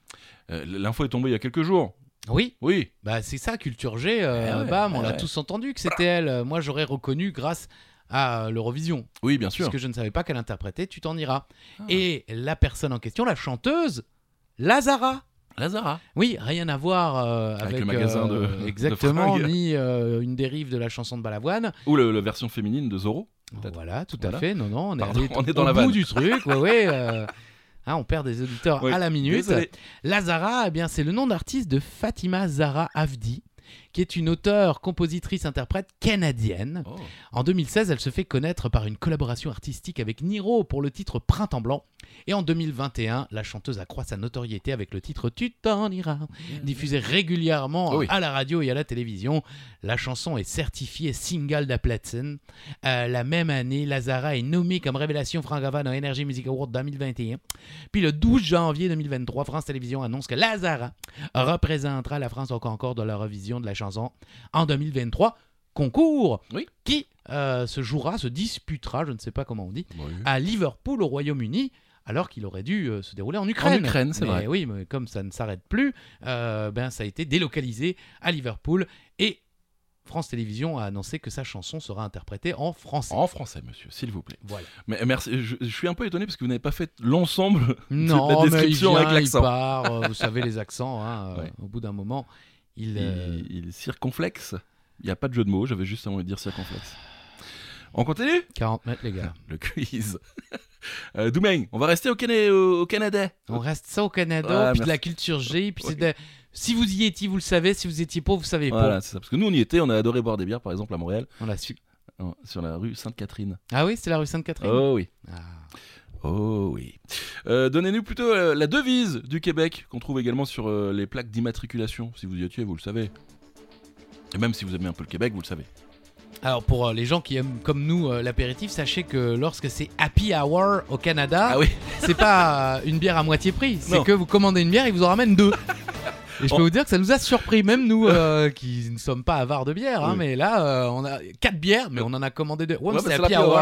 [SPEAKER 1] Euh, L'info est tombée il y a quelques jours.
[SPEAKER 2] Oui,
[SPEAKER 1] Oui.
[SPEAKER 2] Bah c'est ça, Culture G, euh,
[SPEAKER 1] Eh ouais,
[SPEAKER 2] bam, on
[SPEAKER 1] eh
[SPEAKER 2] l'a
[SPEAKER 1] ouais.
[SPEAKER 2] tous entendu que c'était elle. Euh, Moi j'aurais reconnu grâce à euh, l'Eurovision,
[SPEAKER 1] Oui, bien sûr.
[SPEAKER 2] puisque je ne savais pas qu'elle interprétait Tu t'en iras.
[SPEAKER 1] Ah.
[SPEAKER 2] Et la personne en question, la chanteuse, Lazara.
[SPEAKER 1] Lazara.
[SPEAKER 2] Oui, rien à voir euh, avec,
[SPEAKER 1] Avec le magasin de-
[SPEAKER 2] euh,
[SPEAKER 1] de
[SPEAKER 2] exactement,
[SPEAKER 1] fringues.
[SPEAKER 2] ni euh, une dérive de la chanson de Balavoine.
[SPEAKER 1] Ou le- la version féminine de Zorro. Peut-être.
[SPEAKER 2] Voilà, tout à
[SPEAKER 1] Voilà.
[SPEAKER 2] fait. Non, non, on est,
[SPEAKER 1] Pardon,
[SPEAKER 2] allé
[SPEAKER 1] on est
[SPEAKER 2] au
[SPEAKER 1] dans la
[SPEAKER 2] bout
[SPEAKER 1] vanne.
[SPEAKER 2] du truc. Ouais, ouais. euh, hein, on perd des auditeurs
[SPEAKER 1] Oui,
[SPEAKER 2] à la minute.
[SPEAKER 1] Désolé.
[SPEAKER 2] Lazara, eh bien, c'est le nom d'artiste de Fatima Zara Avdi, qui est une auteure, compositrice, interprète canadienne.
[SPEAKER 1] Oh.
[SPEAKER 2] En 2016, elle se fait connaître par une collaboration artistique avec Niro pour le titre Printemps Blanc. Et en 2021, la chanteuse accroît sa notoriété avec le titre Tu t'en iras, diffusé régulièrement
[SPEAKER 1] Mmh. Ah Oui.
[SPEAKER 2] à la radio et à la télévision. La chanson est certifiée single de la platine. Euh, la même année, Lazara est nommée comme révélation Frangava dans Energy Music Award 2021. Puis le 12 janvier 2023, France Télévisions annonce que Lazara représentera la France au concours de l'Eurovision de la chanson en 2023 concours
[SPEAKER 1] Oui.
[SPEAKER 2] qui euh, se jouera, se disputera, je ne sais pas comment on dit,
[SPEAKER 1] Bah Oui.
[SPEAKER 2] à Liverpool au Royaume-Uni, alors qu'il aurait dû euh, se dérouler en Ukraine.
[SPEAKER 1] En Ukraine, c'est
[SPEAKER 2] Mais
[SPEAKER 1] vrai.
[SPEAKER 2] Oui, mais comme ça ne s'arrête plus, euh, ben ça a été délocalisé à Liverpool et France Télévisions a annoncé que sa chanson sera interprétée en français.
[SPEAKER 1] En français, monsieur, s'il vous plaît.
[SPEAKER 2] Voilà.
[SPEAKER 1] Mais euh, merci. Je, je suis un peu étonné parce que vous n'avez pas fait l'ensemble de
[SPEAKER 2] Non,
[SPEAKER 1] la
[SPEAKER 2] mais il
[SPEAKER 1] description
[SPEAKER 2] vient,
[SPEAKER 1] avec
[SPEAKER 2] il
[SPEAKER 1] l'accent.
[SPEAKER 2] part, euh, vous savez les accents, hein, euh,
[SPEAKER 1] Ouais.
[SPEAKER 2] au bout d'un moment, il...
[SPEAKER 1] Il,
[SPEAKER 2] euh,
[SPEAKER 1] il est circonflexe. Il n'y a pas de jeu de mots. J'avais juste envie de dire circonflexe. On continue
[SPEAKER 2] 40 mètres les gars.
[SPEAKER 1] Le quiz. Euh, Doumeng, on va rester au, Cana- au- au Canada.
[SPEAKER 2] On reste ça au Canada,
[SPEAKER 1] Ouais,
[SPEAKER 2] puis de
[SPEAKER 1] merci.
[SPEAKER 2] la culture G, puis
[SPEAKER 1] Ouais.
[SPEAKER 2] c'est de- si vous y étiez, vous le savez, si vous étiez pas, vous savez pas.
[SPEAKER 1] Voilà, c'est ça. Parce que nous, on y était. On a adoré boire des bières, par exemple, à Montréal,
[SPEAKER 2] On l'a su.
[SPEAKER 1] euh, sur la rue Sainte-Catherine.
[SPEAKER 2] Ah oui, c'est la rue Sainte-Catherine.
[SPEAKER 1] Oh oui.
[SPEAKER 2] Ah.
[SPEAKER 1] Oh oui. Euh, Donnez-nous plutôt euh, la devise du Québec qu'on trouve également sur euh, les plaques d'immatriculation. Si vous y étiez, vous le savez. Et même si vous aimez un peu le Québec, vous le savez.
[SPEAKER 2] Alors pour euh, les gens qui aiment comme nous euh, l'apéritif, sachez que lorsque c'est happy hour au Canada,
[SPEAKER 1] Ah oui.
[SPEAKER 2] c'est pas euh, une bière à moitié prix, c'est
[SPEAKER 1] Non.
[SPEAKER 2] que vous commandez une bière, ils vous en ramènent deux. Et je peux
[SPEAKER 1] On-
[SPEAKER 2] vous dire que ça nous a surpris, même nous euh, qui ne sommes pas avares de bière, hein,
[SPEAKER 1] Oui.
[SPEAKER 2] mais là euh, on a quatre bières, mais on en a commandé deux. Ouais, mais
[SPEAKER 1] Ouais,
[SPEAKER 2] c'est
[SPEAKER 1] bah,
[SPEAKER 2] happy
[SPEAKER 1] c'est la
[SPEAKER 2] hour.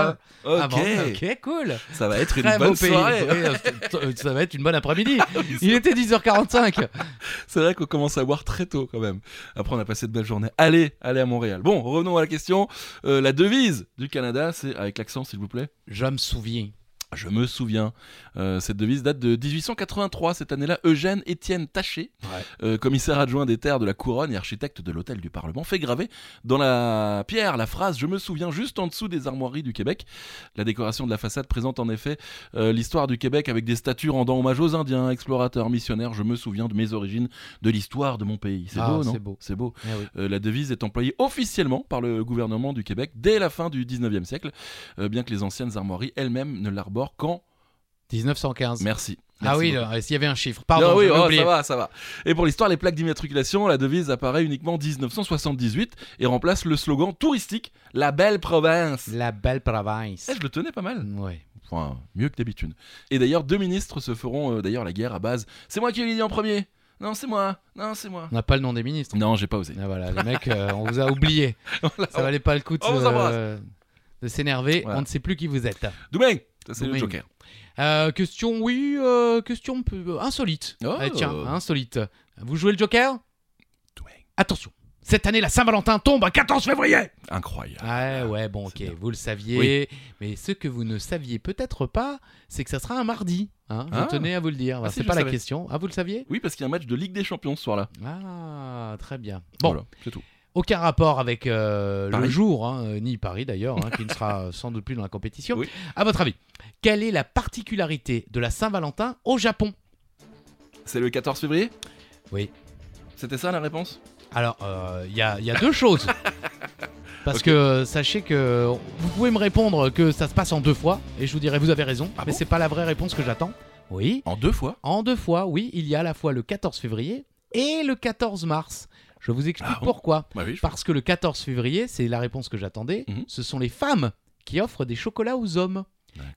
[SPEAKER 1] Hour.
[SPEAKER 2] avant. Ah ok, cool.
[SPEAKER 1] Ça va être une
[SPEAKER 2] Très beau
[SPEAKER 1] bonne
[SPEAKER 2] pays.
[SPEAKER 1] soirée. hein.
[SPEAKER 2] Oui, euh, ça va être une bonne après-midi. Il était 10h45.
[SPEAKER 1] C'est vrai qu'on commence à boire très tôt quand même. Après, on a passé de belles journées. Allez, allez à Montréal. Bon, revenons à la question. Euh, la devise du Canada, c'est avec l'accent, s'il vous plaît.
[SPEAKER 2] Je me souviens.
[SPEAKER 1] Je me souviens. Euh, cette devise date de 1883. Cette année-là, Eugène Étienne Taché, euh, commissaire adjoint des terres de la couronne et architecte de l'hôtel du Parlement, fait graver dans la pierre la phrase Je me souviens juste en dessous des armoiries du Québec. La décoration de la façade présente en effet euh, l'histoire du Québec avec des statues rendant hommage aux Indiens, explorateurs, missionnaires. Je me souviens de mes origines, de l'histoire de mon pays. C'est
[SPEAKER 2] Ah,
[SPEAKER 1] beau, non
[SPEAKER 2] c'est beau.
[SPEAKER 1] C'est beau.
[SPEAKER 2] Eh oui.
[SPEAKER 1] Euh, la devise est employée officiellement par le gouvernement du Québec dès la fin du 19e siècle, euh, bien que les anciennes armoiries elles-mêmes ne l'arborent qu'en.
[SPEAKER 2] 1915.
[SPEAKER 1] Merci.
[SPEAKER 2] ah
[SPEAKER 1] Merci
[SPEAKER 2] oui,
[SPEAKER 1] beaucoup.
[SPEAKER 2] là, s'il y avait un chiffre. Pardon,
[SPEAKER 1] Ah oui,
[SPEAKER 2] j'avais
[SPEAKER 1] oh,
[SPEAKER 2] oublié.
[SPEAKER 1] ça va, ça va. Et pour l'histoire, les plaques d'immatriculation, la devise apparaît uniquement en 1978 et remplace le slogan touristique La belle province.
[SPEAKER 2] La belle province.
[SPEAKER 1] Eh, je le tenais pas mal.
[SPEAKER 2] Ouais.
[SPEAKER 1] Enfin, mieux que d'habitude. Et d'ailleurs, deux ministres se feront euh, d'ailleurs la guerre à base. C'est moi qui l'ai dit en premier. Non, c'est moi. Non, c'est moi.
[SPEAKER 2] On n'a pas le nom des ministres.
[SPEAKER 1] Non, j'ai pas osé.
[SPEAKER 2] Ah, voilà, les mecs, euh, on vous a oublié. Ça valait pas le coup de,
[SPEAKER 1] On vous
[SPEAKER 2] se- euh,
[SPEAKER 1] embrasse.
[SPEAKER 2] de s'énerver.
[SPEAKER 1] Voilà.
[SPEAKER 2] On ne sait plus qui vous êtes.
[SPEAKER 1] Doumeng, ça, c'est le
[SPEAKER 2] Doumeng.
[SPEAKER 1] Joker.
[SPEAKER 2] Euh, question, oui, euh, question un peu insolite.
[SPEAKER 1] Oh.
[SPEAKER 2] Eh, tiens, insolite. Vous jouez le Joker
[SPEAKER 1] Doumeng.
[SPEAKER 2] Attention. Cette année, la Saint-Valentin tombe à 14 février.
[SPEAKER 1] Incroyable.
[SPEAKER 2] Ouais, ouais, bon, ok,
[SPEAKER 1] Ah, c'est bien.
[SPEAKER 2] vous le saviez. Mais ce que vous ne saviez peut-être pas, c'est que ça sera un mardi. hein, je
[SPEAKER 1] Ah.
[SPEAKER 2] tenais à vous le dire.
[SPEAKER 1] Ah, si,
[SPEAKER 2] c'est
[SPEAKER 1] je
[SPEAKER 2] pas
[SPEAKER 1] le
[SPEAKER 2] la
[SPEAKER 1] savais.
[SPEAKER 2] question. Ah, vous le saviez
[SPEAKER 1] Oui, parce qu'il y a un match de Ligue des Champions ce soir-là.
[SPEAKER 2] Ah, très bien. Bon,
[SPEAKER 1] Voilà, c'est tout.
[SPEAKER 2] aucun rapport avec euh, le
[SPEAKER 1] Paris.
[SPEAKER 2] jour, hein, euh, ni Paris d'ailleurs, hein, qui ne sera euh, sans doute plus dans la compétition.
[SPEAKER 1] Oui.
[SPEAKER 2] À votre avis, quelle est la particularité de la Saint-Valentin au Japon
[SPEAKER 1] C'est le 14 février
[SPEAKER 2] Oui.
[SPEAKER 1] C'était ça la réponse
[SPEAKER 2] Alors, euh, il y, a- il y a deux choses. Parce
[SPEAKER 1] Ok.
[SPEAKER 2] que euh, sachez que vous pouvez me répondre que ça se passe en deux fois, et je vous dirai vous avez raison,
[SPEAKER 1] Ah
[SPEAKER 2] mais
[SPEAKER 1] bon
[SPEAKER 2] c'est pas la vraie réponse que j'attends. Oui.
[SPEAKER 1] En deux fois
[SPEAKER 2] En deux fois, oui, il y a à la fois le 14 février et le 14 mars. Je vous explique
[SPEAKER 1] Ah bon
[SPEAKER 2] pourquoi.
[SPEAKER 1] Bah oui, je-
[SPEAKER 2] Parce que le 14 février, c'est la réponse que j'attendais,
[SPEAKER 1] Mhm.
[SPEAKER 2] ce sont les femmes qui offrent des chocolats aux hommes.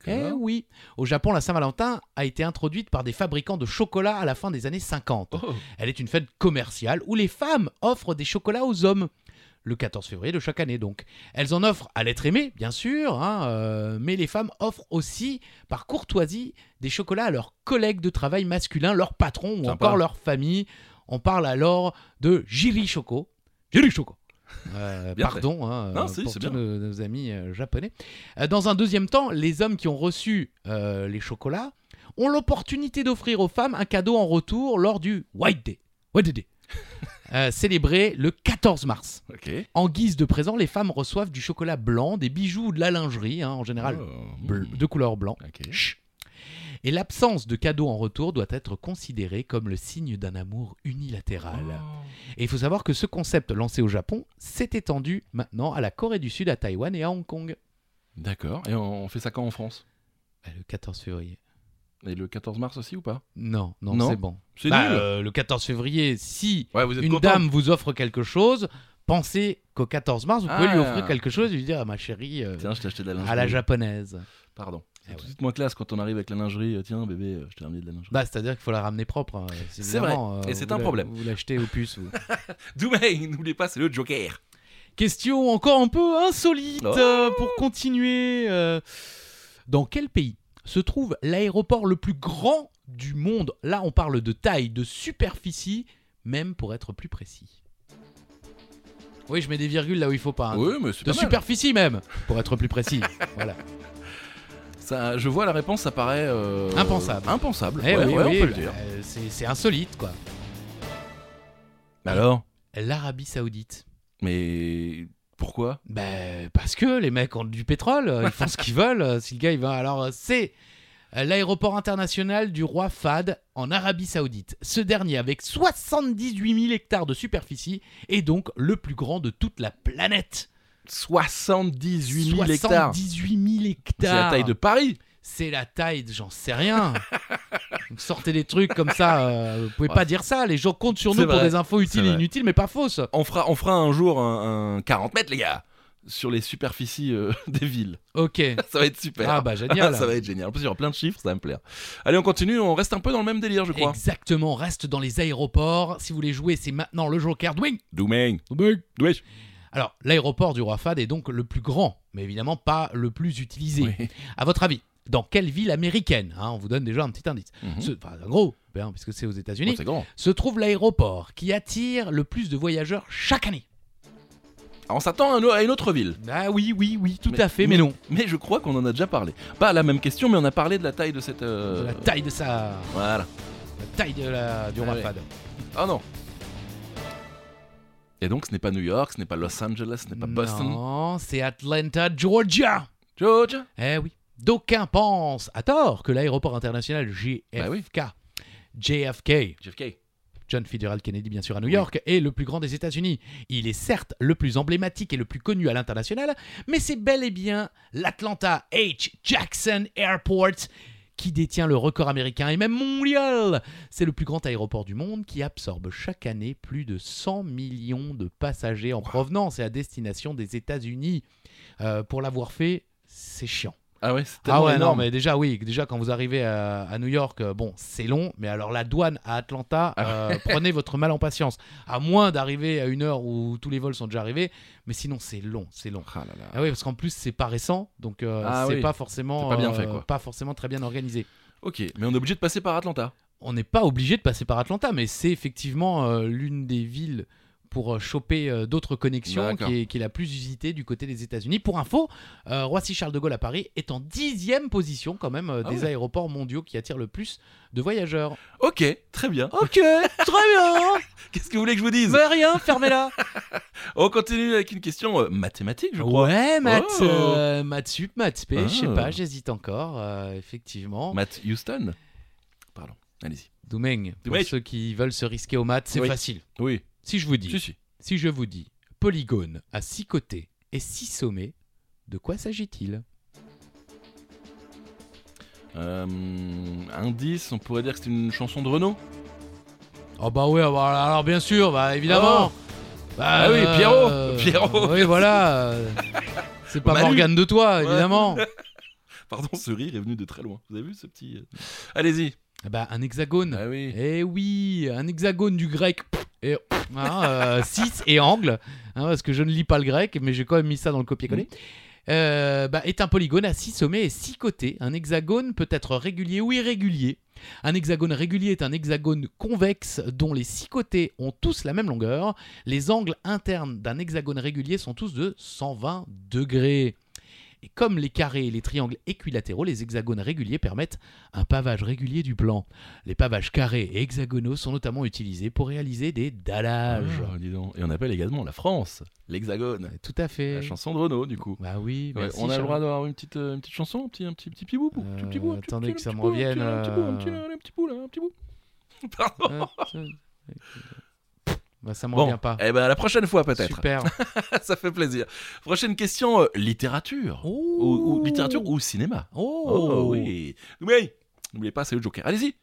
[SPEAKER 2] Eh
[SPEAKER 1] D'accord.
[SPEAKER 2] oui Au Japon, la Saint-Valentin a été introduite par des fabricants de chocolat à la fin des années 50.
[SPEAKER 1] Oh.
[SPEAKER 2] Elle est une fête commerciale où les femmes offrent des chocolats aux hommes. Le 14 février de chaque année, donc. Elles en offrent à l'être aimé, bien sûr, hein, euh, mais les femmes offrent aussi, par courtoisie, des chocolats à leurs collègues de travail masculins, leurs patrons ou
[SPEAKER 1] Sympa.
[SPEAKER 2] encore leur famille. On parle alors de Jiri Shoko. Jiri Shoko Euh,
[SPEAKER 1] Bien
[SPEAKER 2] Pardon hein,
[SPEAKER 1] Non,
[SPEAKER 2] euh,
[SPEAKER 1] si,
[SPEAKER 2] pour
[SPEAKER 1] c'est
[SPEAKER 2] tous
[SPEAKER 1] bien.
[SPEAKER 2] nos, nos amis euh, japonais. Euh, dans un deuxième temps, les hommes qui ont reçu euh, les chocolats ont l'opportunité d'offrir aux femmes un cadeau en retour lors du White Day, White Day, euh, célébré le 14 mars.
[SPEAKER 1] Ok.
[SPEAKER 2] En guise de présent, les femmes reçoivent du chocolat blanc, des bijoux ou de la lingerie, hein, en général
[SPEAKER 1] Oh.
[SPEAKER 2] bleu- de couleur blanc.
[SPEAKER 1] Ok.
[SPEAKER 2] Chut. Et l'absence de cadeau en retour doit être considérée comme le signe d'un amour unilatéral.
[SPEAKER 1] Oh.
[SPEAKER 2] Et il faut savoir que ce concept lancé au Japon s'est étendu maintenant à la Corée du Sud, à Taïwan et à Hong Kong.
[SPEAKER 1] D'accord. Et on on fait ça quand en France
[SPEAKER 2] Bah, Le 14 février.
[SPEAKER 1] Et le 14 mars aussi ou pas
[SPEAKER 2] Non, non,
[SPEAKER 1] Non.
[SPEAKER 2] c'est bon.
[SPEAKER 1] C'est
[SPEAKER 2] Bah,
[SPEAKER 1] nul
[SPEAKER 2] euh, le 14 février, si
[SPEAKER 1] Ouais, vous êtes
[SPEAKER 2] une
[SPEAKER 1] content.
[SPEAKER 2] dame vous offre quelque chose, pensez qu'au 14 mars, vous pouvez
[SPEAKER 1] Ah.
[SPEAKER 2] lui offrir quelque chose et lui dire, Ah, ma chérie, euh,
[SPEAKER 1] Tiens, je t'ai acheté de la lingerie.
[SPEAKER 2] à la japonaise.
[SPEAKER 1] Pardon. C'est
[SPEAKER 2] Eh
[SPEAKER 1] tout de
[SPEAKER 2] ouais.
[SPEAKER 1] suite moins classe quand on arrive avec la lingerie. euh, Tiens, bébé, euh, je t'ai ramené de la lingerie.
[SPEAKER 2] Bah, c'est-à-dire qu'il faut la ramener propre. hein.
[SPEAKER 1] C'est vrai.
[SPEAKER 2] évidemment,
[SPEAKER 1] Et c'est
[SPEAKER 2] vous
[SPEAKER 1] un
[SPEAKER 2] la-
[SPEAKER 1] problème.
[SPEAKER 2] Vous l'achetez aux puces. vous.
[SPEAKER 1] Doumé, n'oublie pas, c'est le Joker.
[SPEAKER 2] Question encore un peu insolite
[SPEAKER 1] Oh.
[SPEAKER 2] euh, pour continuer. euh, dans quel pays se trouve l'aéroport le plus grand du monde Là, on parle de taille, de superficie, même pour être plus précis. Oui, je mets des virgules là où il faut pas. hein.
[SPEAKER 1] oui, mais c'est
[SPEAKER 2] de
[SPEAKER 1] pas mal.
[SPEAKER 2] superficie même, pour être plus précis. voilà.
[SPEAKER 1] Ça, je vois la réponse, ça paraît euh,
[SPEAKER 2] Impensable.
[SPEAKER 1] Impensable.
[SPEAKER 2] Eh
[SPEAKER 1] ouais,
[SPEAKER 2] oui,
[SPEAKER 1] ouais,
[SPEAKER 2] oui,
[SPEAKER 1] on peut le
[SPEAKER 2] bah,
[SPEAKER 1] dire.
[SPEAKER 2] euh, c'est c'est insolite quoi.
[SPEAKER 1] Alors,
[SPEAKER 2] L'Arabie Saoudite.
[SPEAKER 1] mais pourquoi
[SPEAKER 2] Ben, parce que les mecs ont du pétrole, euh, ils font ce qu'ils veulent. euh, Si le gars il va, alors euh, c'est euh, l'aéroport international du roi Fahd en Arabie Saoudite. Ce dernier, avec 78 000 hectares de superficie, est donc le plus grand de toute la planète.
[SPEAKER 1] 78 000 hectares.
[SPEAKER 2] 78 000
[SPEAKER 1] C'est
[SPEAKER 2] hectares.
[SPEAKER 1] la taille de Paris.
[SPEAKER 2] C'est la taille de- j'en sais rien. Vous Sortez des trucs comme ça, euh, vous pouvez
[SPEAKER 1] Ouais.
[SPEAKER 2] pas dire ça. Les gens comptent sur
[SPEAKER 1] C'est
[SPEAKER 2] nous pour
[SPEAKER 1] vrai,
[SPEAKER 2] des infos utiles et
[SPEAKER 1] vrai.
[SPEAKER 2] inutiles, mais pas fausses.
[SPEAKER 1] On fera, on fera un jour un, un 40 mètres, les gars, sur les superficies euh, des villes.
[SPEAKER 2] Ok.
[SPEAKER 1] Ça va être super.
[SPEAKER 2] Ah bah génial.
[SPEAKER 1] ça va être génial. En plus, il y aura plein de chiffres, ça va me plaire. Allez, on continue. On reste un peu dans le même délire, je crois.
[SPEAKER 2] Exactement, on reste dans les aéroports. Si vous voulez jouer, c'est maintenant le Joker. Dwing
[SPEAKER 1] Doumeng. Douèche.
[SPEAKER 2] Alors, l'aéroport du Roi Fad est donc le plus grand, mais évidemment pas le plus utilisé.
[SPEAKER 1] Oui.
[SPEAKER 2] À votre avis, dans quelle ville américaine hein, On vous donne déjà un petit indice.
[SPEAKER 1] Mhm.
[SPEAKER 2] Ce- enfin, un gros, bien, puisque c'est aux
[SPEAKER 1] Oh,
[SPEAKER 2] États-Unis.
[SPEAKER 1] c'est grand.
[SPEAKER 2] se trouve l'aéroport qui attire le plus de voyageurs chaque année.
[SPEAKER 1] Alors, on s'attend à un- à une autre ville.
[SPEAKER 2] Ah oui, oui, oui, tout
[SPEAKER 1] Mais-
[SPEAKER 2] à fait, mais, non.
[SPEAKER 1] Mais je crois qu'on en a déjà parlé. Pas la même question, mais on a parlé de la taille de cette. euh,
[SPEAKER 2] De la taille de sa.
[SPEAKER 1] Voilà.
[SPEAKER 2] La taille de la... du Roi
[SPEAKER 1] Ah ouais.
[SPEAKER 2] Fahd.
[SPEAKER 1] Oh non. Et donc, ce n'est pas New York, ce n'est pas Los Angeles, ce n'est pas Boston.
[SPEAKER 2] Non, c'est Atlanta, Georgia.
[SPEAKER 1] Georgia.
[SPEAKER 2] Eh oui. D'aucuns pensent, à tort, que l'aéroport international JFK,
[SPEAKER 1] Bah oui.
[SPEAKER 2] JFK,
[SPEAKER 1] JFK.
[SPEAKER 2] John Fitzgerald Kennedy bien sûr à New
[SPEAKER 1] Oui.
[SPEAKER 2] York, est le plus grand des États-Unis. Il est certes le plus emblématique et le plus connu à l'international, mais c'est bel et bien l'Atlanta H. Jackson Airport qui détient le record américain et même mondial. C'est le plus grand aéroport du monde qui absorbe chaque année plus de 100 millions de passagers en provenance et à destination des États-Unis. Euh, pour l'avoir fait, c'est chiant.
[SPEAKER 1] Ah ouais, c'est
[SPEAKER 2] Ah
[SPEAKER 1] tellement
[SPEAKER 2] ouais,
[SPEAKER 1] énorme.
[SPEAKER 2] non, mais déjà, oui, déjà quand vous arrivez à, à New York, euh, bon, c'est long, mais alors la douane à Atlanta,
[SPEAKER 1] Ah.
[SPEAKER 2] euh, prenez votre mal en patience. À moins d'arriver à une heure où tous les vols sont déjà arrivés, mais sinon, c'est long, c'est long.
[SPEAKER 1] Ah là là.
[SPEAKER 2] Ah oui, parce qu'en plus, c'est pas récent, donc euh,
[SPEAKER 1] Ah
[SPEAKER 2] c'est
[SPEAKER 1] oui.
[SPEAKER 2] pas forcément.
[SPEAKER 1] C'est pas bien
[SPEAKER 2] euh,
[SPEAKER 1] fait, quoi.
[SPEAKER 2] Pas forcément très bien organisé.
[SPEAKER 1] Ok, mais on est obligé de passer par Atlanta.
[SPEAKER 2] On n'est pas obligé de passer par Atlanta, mais c'est effectivement euh, l'une des villes pour euh, choper euh, d'autres connexions
[SPEAKER 1] D'accord.
[SPEAKER 2] qui est, qui est la plus usitée du côté des États-Unis. Pour info, euh, Roissy-Charles de Gaulle à Paris est en dixième position quand même euh,
[SPEAKER 1] Ah
[SPEAKER 2] des
[SPEAKER 1] ouais.
[SPEAKER 2] aéroports mondiaux qui attirent le plus de voyageurs.
[SPEAKER 1] Ok, très bien.
[SPEAKER 2] Ok, très bien.
[SPEAKER 1] Qu'est-ce que vous voulez que je vous dise
[SPEAKER 2] Mais rien, fermez-la.
[SPEAKER 1] On continue avec une question euh, mathématique, je crois.
[SPEAKER 2] Ouais, Matt,
[SPEAKER 1] Oh.
[SPEAKER 2] euh, Matt Sup, Matt Spé, je sais
[SPEAKER 1] Ah.
[SPEAKER 2] pas, j'hésite encore, euh, effectivement.
[SPEAKER 1] Matt Houston Pardon, allez-y.
[SPEAKER 2] Doumeng, pour
[SPEAKER 1] Doumeng.
[SPEAKER 2] ceux qui veulent se risquer au maths, c'est
[SPEAKER 1] Oui.
[SPEAKER 2] facile.
[SPEAKER 1] Oui,
[SPEAKER 2] Si je vous dis.
[SPEAKER 1] si, si.
[SPEAKER 2] Si je vous dis polygone à six côtés et six sommets, de quoi s'agit-il
[SPEAKER 1] Euh, indice, on pourrait dire que c'est une chanson de Renault
[SPEAKER 2] Oh bah oui, ah bah alors bien sûr, bah évidemment. Bah,
[SPEAKER 1] Ah oui,
[SPEAKER 2] euh,
[SPEAKER 1] Pierrot, Pierrot,
[SPEAKER 2] Oui, voilà. euh, C'est pas
[SPEAKER 1] On a lu.
[SPEAKER 2] Morgane de toi, évidemment.
[SPEAKER 1] Pardon, ce rire est venu de très loin. Vous avez vu ce petit. euh, Allez-y.
[SPEAKER 2] Bah un hexagone.
[SPEAKER 1] Ah oui.
[SPEAKER 2] Eh oui, un hexagone du grec. pff, Et 6 et angle, hein, parce que je ne lis pas le grec, mais j'ai quand même mis ça dans le copier-coller. Euh, bah, est un polygone à 6 sommets et 6 côtés. Un hexagone peut être régulier ou irrégulier. Un hexagone régulier est un hexagone convexe dont les 6 côtés ont tous la même longueur. Les angles internes d'un hexagone régulier sont tous de 120 degrés. Et comme les carrés et les triangles équilatéraux, les hexagones réguliers permettent un pavage régulier du plan. Les pavages carrés et hexagonaux sont notamment utilisés pour réaliser des dallages.
[SPEAKER 1] Ah, dis donc. Et on appelle également la France, l'Hexagone.
[SPEAKER 2] Tout à fait.
[SPEAKER 1] La chanson de Renault, du coup.
[SPEAKER 2] Bah oui,
[SPEAKER 1] Ouais,
[SPEAKER 2] merci,
[SPEAKER 1] Eh ben, on a le
[SPEAKER 2] Charles.
[SPEAKER 1] droit d'avoir une petite, euh, une petite chanson, un petit, un petit, petit petit bout, un petit, petit bout, un
[SPEAKER 2] Euh,
[SPEAKER 1] petit-
[SPEAKER 2] attendez
[SPEAKER 1] petit-
[SPEAKER 2] que
[SPEAKER 1] un
[SPEAKER 2] ça
[SPEAKER 1] petit
[SPEAKER 2] me
[SPEAKER 1] bout, un petit-
[SPEAKER 2] revienne,
[SPEAKER 1] un petit bout, un petit-
[SPEAKER 2] euh.
[SPEAKER 1] un petit bout, là, un petit bout. Pardon.
[SPEAKER 2] Ah, ça- bah, ça me
[SPEAKER 1] Bon,
[SPEAKER 2] revient pas.
[SPEAKER 1] eh ben à la prochaine fois peut-être.
[SPEAKER 2] Super.
[SPEAKER 1] Ça fait plaisir. Prochaine question, euh, littérature. Ou, ou littérature ou cinéma.
[SPEAKER 2] Oh,
[SPEAKER 1] oui. Oui. N'oubliez pas, c'est le Joker. Allez-y.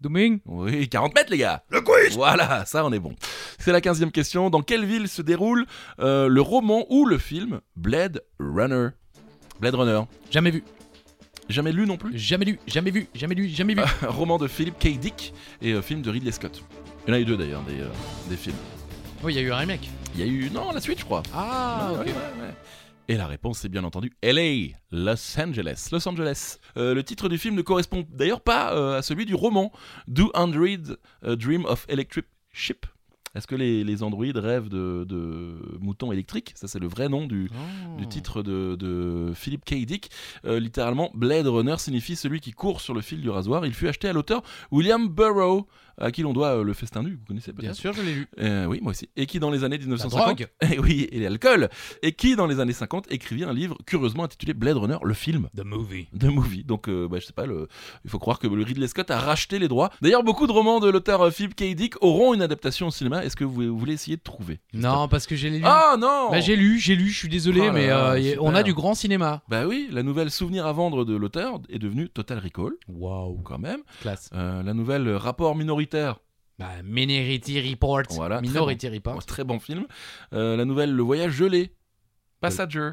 [SPEAKER 2] Domingue.
[SPEAKER 1] Oui, 40 mètres les gars.
[SPEAKER 3] Le quiz
[SPEAKER 1] Voilà, ça on est bon. C'est la 15 question. Dans quelle ville se déroule euh, le roman ou le film Blade Runner Blade Runner.
[SPEAKER 2] Jamais vu.
[SPEAKER 1] Jamais lu non plus.
[SPEAKER 2] Jamais lu, jamais vu, jamais lu, jamais vu.
[SPEAKER 1] Un roman de Philip K. Dick et euh, film de Ridley Scott. Il y en a eu deux d'ailleurs, des, euh, des films.
[SPEAKER 2] Oui, il y a eu un remake.
[SPEAKER 1] Il y a eu. Non, la suite, je crois.
[SPEAKER 2] Ah,
[SPEAKER 1] Ouais,
[SPEAKER 2] ok.
[SPEAKER 1] ouais, ouais. Et la réponse, c'est bien entendu LA, Los Angeles. Los Angeles. Euh, le titre du film ne correspond d'ailleurs pas euh, à celui du roman Do Android euh, Dream of Electric Ship Est-ce que les, les androïdes rêvent de, de moutons électriques Ça, c'est le vrai nom du,
[SPEAKER 2] Oh.
[SPEAKER 1] du titre de, de Philip K. Dick. Euh, littéralement, Blade Runner signifie celui qui court sur le fil du rasoir. Il fut acheté à l'auteur William Burroughs, à qui l'on doit euh, le festin nu, vous connaissez
[SPEAKER 2] Bien
[SPEAKER 1] peut-être
[SPEAKER 2] sûr, je l'ai lu.
[SPEAKER 1] Euh, oui, moi aussi. Et qui, dans les années
[SPEAKER 2] La
[SPEAKER 1] 1950,
[SPEAKER 2] drogue
[SPEAKER 1] et Eh oui, et l'alcool. Et qui, dans les années 50, écrivit un livre curieusement intitulé Blade Runner, le film.
[SPEAKER 2] The movie.
[SPEAKER 1] De movie. Donc, euh, bah, je sais pas, le... il faut croire que le Ridley Scott a racheté les droits. D'ailleurs, beaucoup de romans de l'auteur euh, Philip K. Dick auront une adaptation au cinéma. Est-ce que vous, vous voulez essayer de trouver
[SPEAKER 2] Non, parce que j'ai lu.
[SPEAKER 1] Ah non
[SPEAKER 2] Bah, j'ai lu, j'ai lu, je suis désolé,
[SPEAKER 1] Oh là
[SPEAKER 2] mais
[SPEAKER 1] là,
[SPEAKER 2] euh, y- on a
[SPEAKER 1] super.
[SPEAKER 2] du grand cinéma.
[SPEAKER 1] Bah oui, la nouvelle Souvenir à vendre de l'auteur est devenue Total Recall,
[SPEAKER 2] Waouh,
[SPEAKER 1] quand même.
[SPEAKER 2] classe.
[SPEAKER 1] Euh, la nouvelle euh, Rapport minoritaire,
[SPEAKER 2] Bah, Minority Report.
[SPEAKER 1] Voilà, très
[SPEAKER 2] Minority
[SPEAKER 1] un
[SPEAKER 2] Report.
[SPEAKER 1] très bon film. Euh, la nouvelle Le Voyage gelé, Passager,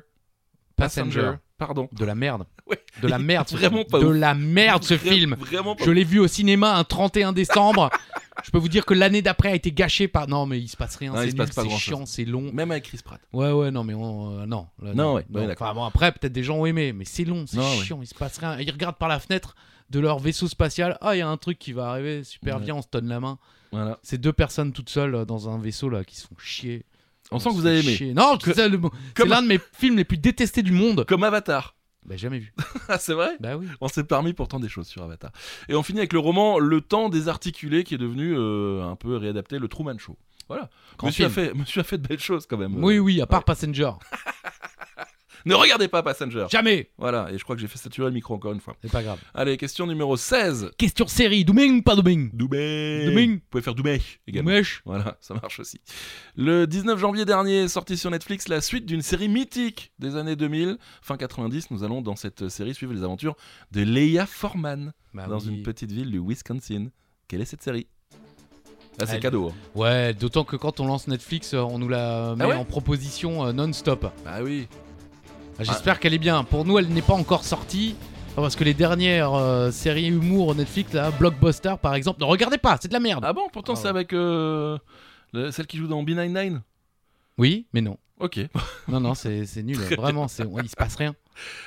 [SPEAKER 2] Passenger.
[SPEAKER 1] pardon.
[SPEAKER 2] De la merde.
[SPEAKER 1] Ouais.
[SPEAKER 2] De la merde. ce
[SPEAKER 1] Vraiment
[SPEAKER 2] film.
[SPEAKER 1] pas
[SPEAKER 2] De
[SPEAKER 1] ouf.
[SPEAKER 2] la merde, ce
[SPEAKER 1] Vra-
[SPEAKER 2] film.
[SPEAKER 1] Vraiment pas
[SPEAKER 2] Je l'ai vu au cinéma un 31 décembre. Je peux vous dire que l'année d'après a été gâchée par. Non, mais il se passe rien.
[SPEAKER 1] Non, il
[SPEAKER 2] C'est
[SPEAKER 1] se
[SPEAKER 2] nul,
[SPEAKER 1] passe pas
[SPEAKER 2] c'est
[SPEAKER 1] grand-chose.
[SPEAKER 2] chiant, c'est long.
[SPEAKER 1] Même avec Chris Pratt.
[SPEAKER 2] Ouais, ouais, non, mais on. euh, non. là,
[SPEAKER 1] Non, ouais, ouais, d'accord.
[SPEAKER 2] Enfin, bon, après, peut-être des gens ont aimé, mais c'est long, c'est
[SPEAKER 1] Non, ouais.
[SPEAKER 2] chiant, il se passe rien. Ils regardent par la fenêtre de leur vaisseau spatial. Ah, il y a un truc qui va arriver, super,
[SPEAKER 1] Ouais.
[SPEAKER 2] viens, on se donne la main.
[SPEAKER 1] Voilà.
[SPEAKER 2] Ces deux personnes toutes seules euh, dans un vaisseau là qui se font chier.
[SPEAKER 1] On sent que
[SPEAKER 2] se
[SPEAKER 1] vous avez
[SPEAKER 2] fait
[SPEAKER 1] aimé.
[SPEAKER 2] chier. Non,
[SPEAKER 1] Que-
[SPEAKER 2] Oh, c'est le- c'est
[SPEAKER 1] Comme-
[SPEAKER 2] l'un de mes films les plus détestés du monde.
[SPEAKER 1] Comme Avatar.
[SPEAKER 2] Bah, jamais vu.
[SPEAKER 1] Ah, c'est vrai
[SPEAKER 2] Bah oui.
[SPEAKER 1] On s'est parmi pourtant des choses sur Avatar. Et on finit avec le roman Le Temps désarticulé qui est devenu euh, un peu réadapté, le Truman Show. Voilà.
[SPEAKER 2] Grand
[SPEAKER 1] Monsieur a,
[SPEAKER 2] film.
[SPEAKER 1] fait, monsieur a fait de belles choses quand même.
[SPEAKER 2] Oui, oui, à part
[SPEAKER 1] ouais.
[SPEAKER 2] Passenger.
[SPEAKER 1] Ne regardez pas Passenger.
[SPEAKER 2] Jamais.
[SPEAKER 1] Voilà, et je crois que j'ai fait saturer le micro encore une fois.
[SPEAKER 2] C'est pas grave.
[SPEAKER 1] Allez, question numéro 16.
[SPEAKER 2] Question série, Dooming, pas Dooming.
[SPEAKER 1] Doumé.
[SPEAKER 2] Doumé.
[SPEAKER 1] Vous pouvez faire Doumé également.
[SPEAKER 2] Mèche.
[SPEAKER 1] Voilà, ça marche aussi. Le 19 janvier dernier, sorti sur Netflix, la suite d'une série mythique des années 2000, fin 90. Nous allons dans cette série suivre les aventures de Leia Forman
[SPEAKER 2] Bah
[SPEAKER 1] dans
[SPEAKER 2] oui.
[SPEAKER 1] une petite ville du Wisconsin. Quelle est cette série Ah, c'est
[SPEAKER 2] Elle-
[SPEAKER 1] cadeau. hein.
[SPEAKER 2] Ouais, d'autant que quand on lance Netflix, euh, on nous la met
[SPEAKER 1] Ah ouais
[SPEAKER 2] en proposition euh, non-stop.
[SPEAKER 1] Bah oui.
[SPEAKER 2] Ah, J'espère qu'elle est bien. Pour nous, elle n'est pas encore sortie. Parce que les dernières euh, séries humour Netflix, là, Blockbuster par exemple, ne regardez pas, c'est de la merde.
[SPEAKER 1] Ah bon, pourtant
[SPEAKER 2] Ah
[SPEAKER 1] c'est
[SPEAKER 2] ouais.
[SPEAKER 1] avec euh, le- celle qui joue dans B99.
[SPEAKER 2] Oui, mais non.
[SPEAKER 1] Ok.
[SPEAKER 2] Non, non, c'est c'est nul. Vraiment, c'est- ouais, il se passe rien.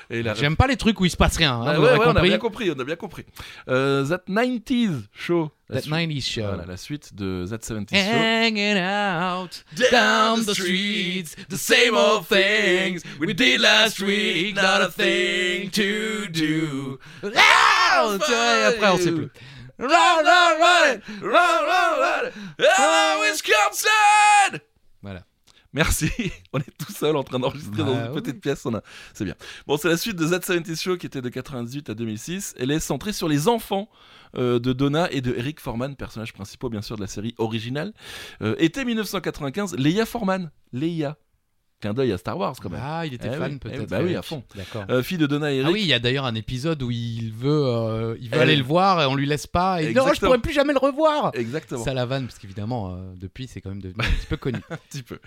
[SPEAKER 1] Et la
[SPEAKER 2] J'aime pas les trucs où il se passe rien. hein,
[SPEAKER 1] Ah
[SPEAKER 2] vous
[SPEAKER 1] ouais,
[SPEAKER 2] l'aurez
[SPEAKER 1] ouais, on a
[SPEAKER 2] compris.
[SPEAKER 1] bien compris, on a bien compris. Euh, That 90s Show. La
[SPEAKER 2] That Eh,
[SPEAKER 1] suite-
[SPEAKER 2] 90 show.
[SPEAKER 1] Voilà, la suite de That 70s Show.
[SPEAKER 2] Hanging out
[SPEAKER 1] Down the streets, the same old things we did last week, not a thing to do.
[SPEAKER 2] Ah, tu vois, et après, on sait plus.
[SPEAKER 1] Run, run, run, run, run, Ah, run. Hello, Wisconsin!
[SPEAKER 2] Voilà.
[SPEAKER 1] Merci, on est tout seul en train d'enregistrer dans
[SPEAKER 2] Bah
[SPEAKER 1] une
[SPEAKER 2] oui.
[SPEAKER 1] petite pièce, on a... c'est bien. Bon, c'est la suite de That 70 Show qui était de 98 à 2006. Elle est centrée sur les enfants euh, de Donna et de Eric Forman, personnages principaux bien sûr de la série originale. Euh, été 1995, Leia Forman, Leia. Clin d'œil à Star Wars quand même.
[SPEAKER 2] Ah, il était
[SPEAKER 1] Eh
[SPEAKER 2] fan
[SPEAKER 1] oui, eh
[SPEAKER 2] peut-être.
[SPEAKER 1] oui, bah oui,
[SPEAKER 2] Eric.
[SPEAKER 1] à fond.
[SPEAKER 2] D'accord.
[SPEAKER 1] Euh, fille de Donna et Eric.
[SPEAKER 2] Ah oui, il y a d'ailleurs un épisode où il veut, euh, il veut
[SPEAKER 1] Elle-
[SPEAKER 2] aller le voir et on lui laisse pas. Et il dit, non, je
[SPEAKER 1] Exactement.
[SPEAKER 2] pourrais plus jamais le revoir.
[SPEAKER 1] Exactement,
[SPEAKER 2] Ça la vanne, parce qu'évidemment, euh, depuis, c'est quand même devenu un petit peu connu.
[SPEAKER 1] un petit peu.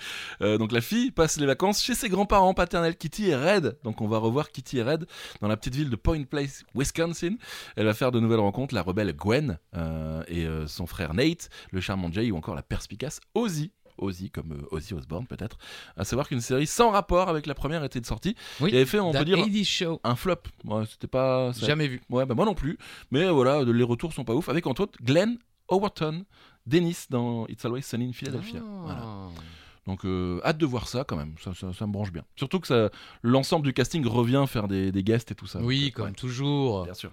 [SPEAKER 1] Euh, donc la fille passe les vacances chez ses grands-parents paternels, Kitty et Red. Donc on va revoir Kitty et Red dans la petite ville de Point Place, Wisconsin. Elle va faire de nouvelles rencontres, la rebelle Gwen euh, et euh, son frère Nate, le charmant Jay ou encore la perspicace Ozzy. Ozzy, comme euh, Ozzy Osbourne peut-être. À savoir qu'une série sans rapport avec la première était de sortie
[SPEAKER 2] Oui,
[SPEAKER 1] et avait fait, on
[SPEAKER 2] That
[SPEAKER 1] peut dire,
[SPEAKER 2] 80's Show. Ah.
[SPEAKER 1] un flop. Ouais, C'était pas... ça-
[SPEAKER 2] Jamais vu.
[SPEAKER 1] Ouais, bah moi non plus. Mais euh, voilà, les retours sont pas ouf. Avec entre autres Glenn Howerton, Dennis dans It's Always Sunny in Philadelphia.
[SPEAKER 2] Ah.
[SPEAKER 1] Voilà. Donc euh, hâte de voir ça quand même. Ça, ça, ça me branche bien. Surtout que ça- l'ensemble du casting revient faire des, des guests et tout ça.
[SPEAKER 2] Oui,
[SPEAKER 1] Donc, euh,
[SPEAKER 2] comme
[SPEAKER 1] ouais,
[SPEAKER 2] toujours.
[SPEAKER 1] bien sûr.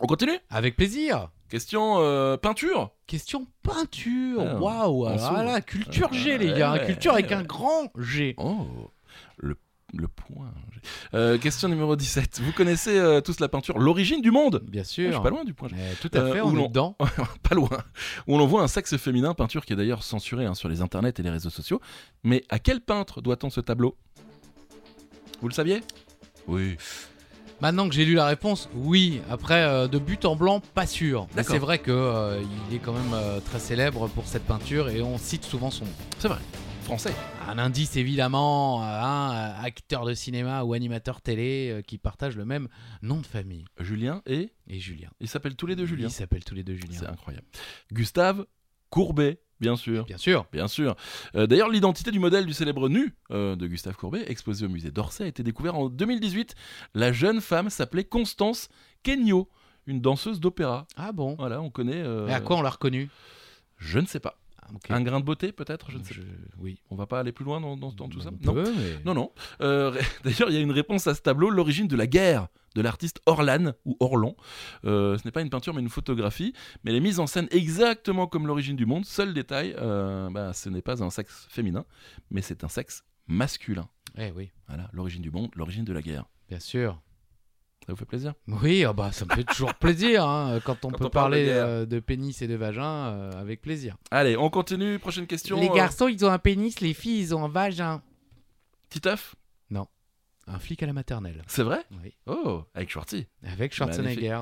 [SPEAKER 1] On continue
[SPEAKER 2] Avec plaisir.
[SPEAKER 1] Question euh, peinture.
[SPEAKER 2] Question peinture.
[SPEAKER 1] Ah,
[SPEAKER 2] Waouh.
[SPEAKER 1] on s'ouvre.
[SPEAKER 2] Voilà, culture G,
[SPEAKER 1] Ouais,
[SPEAKER 2] les gars.
[SPEAKER 1] ouais,
[SPEAKER 2] culture avec
[SPEAKER 1] ouais.
[SPEAKER 2] un grand G.
[SPEAKER 1] Oh, le, le point. Euh, question numéro 17. Vous connaissez euh, tous la peinture L'origine du monde
[SPEAKER 2] Bien
[SPEAKER 1] Ah, Je
[SPEAKER 2] sûr.
[SPEAKER 1] suis pas loin du point.
[SPEAKER 2] Eh, tout à
[SPEAKER 1] Euh,
[SPEAKER 2] fait,
[SPEAKER 1] où
[SPEAKER 2] on
[SPEAKER 1] l'on-
[SPEAKER 2] est dedans.
[SPEAKER 1] pas loin, où l'on voit un sexe féminin, peinture qui est d'ailleurs censurée hein, sur les internets et les réseaux sociaux. Mais à quel peintre doit-on ce tableau Vous le saviez Oui.
[SPEAKER 2] Maintenant que j'ai lu la réponse, oui. Après, euh, de but en blanc, pas sûr. Mais
[SPEAKER 1] D'accord.
[SPEAKER 2] c'est vrai que euh, il est quand même euh, très célèbre pour cette peinture et on cite souvent son nom.
[SPEAKER 1] C'est vrai. français.
[SPEAKER 2] Un indice évidemment, un acteur de cinéma ou animateur télé euh, qui partagent le même nom de famille.
[SPEAKER 1] Julien et.
[SPEAKER 2] Et Julien.
[SPEAKER 1] Ils s'appellent tous les deux Julien.
[SPEAKER 2] Ils s'appellent tous les deux Julien.
[SPEAKER 1] C'est incroyable. Gustave Courbet, bien sûr.
[SPEAKER 2] Bien sûr.
[SPEAKER 1] Bien sûr. Euh, D'ailleurs, l'identité du modèle du célèbre nu euh, de Gustave Courbet, exposé au musée d'Orsay, a été découverte en 2018. La jeune femme s'appelait Constance Kenyo, une danseuse d'opéra.
[SPEAKER 2] Ah bon.
[SPEAKER 1] Voilà, on connaît. euh,
[SPEAKER 2] Et à quoi on l'a reconnu
[SPEAKER 1] Je ne sais pas.
[SPEAKER 2] Ah, ok.
[SPEAKER 1] Un grain de beauté, peut-être Je ne sais pas.
[SPEAKER 2] Oui.
[SPEAKER 1] On va pas aller plus loin dans, dans- dans tout ça
[SPEAKER 2] On
[SPEAKER 1] Non.
[SPEAKER 2] peut, mais-
[SPEAKER 1] Non, non. Euh, D'ailleurs, il y a une réponse à ce tableau, l'origine de la guerre de l'artiste Orlan ou Orlon. Euh, ce n'est pas une peinture mais une photographie, mais elle est mise en scène exactement comme l'origine du monde. Seul détail, euh, bah, ce n'est pas un sexe féminin, mais c'est un sexe masculin.
[SPEAKER 2] Eh oui,
[SPEAKER 1] Voilà, l'origine du monde, l'origine de la guerre.
[SPEAKER 2] bien sûr.
[SPEAKER 1] Ça vous fait plaisir
[SPEAKER 2] Oui, ah bah, ça me fait toujours plaisir hein, quand on
[SPEAKER 1] Quand
[SPEAKER 2] peut
[SPEAKER 1] on parle de
[SPEAKER 2] parler
[SPEAKER 1] guerre.
[SPEAKER 2] euh, de pénis et de vagin euh, avec plaisir.
[SPEAKER 1] Allez, on continue. Prochaine question.
[SPEAKER 2] les
[SPEAKER 1] euh,
[SPEAKER 2] garçons, ils ont un pénis, les filles, ils ont un vagin.
[SPEAKER 1] Titeuf,
[SPEAKER 2] Un flic à la maternelle.
[SPEAKER 1] c'est vrai
[SPEAKER 2] Oui.
[SPEAKER 1] Oh, avec Schwartzy.
[SPEAKER 2] Avec Schwarzenegger.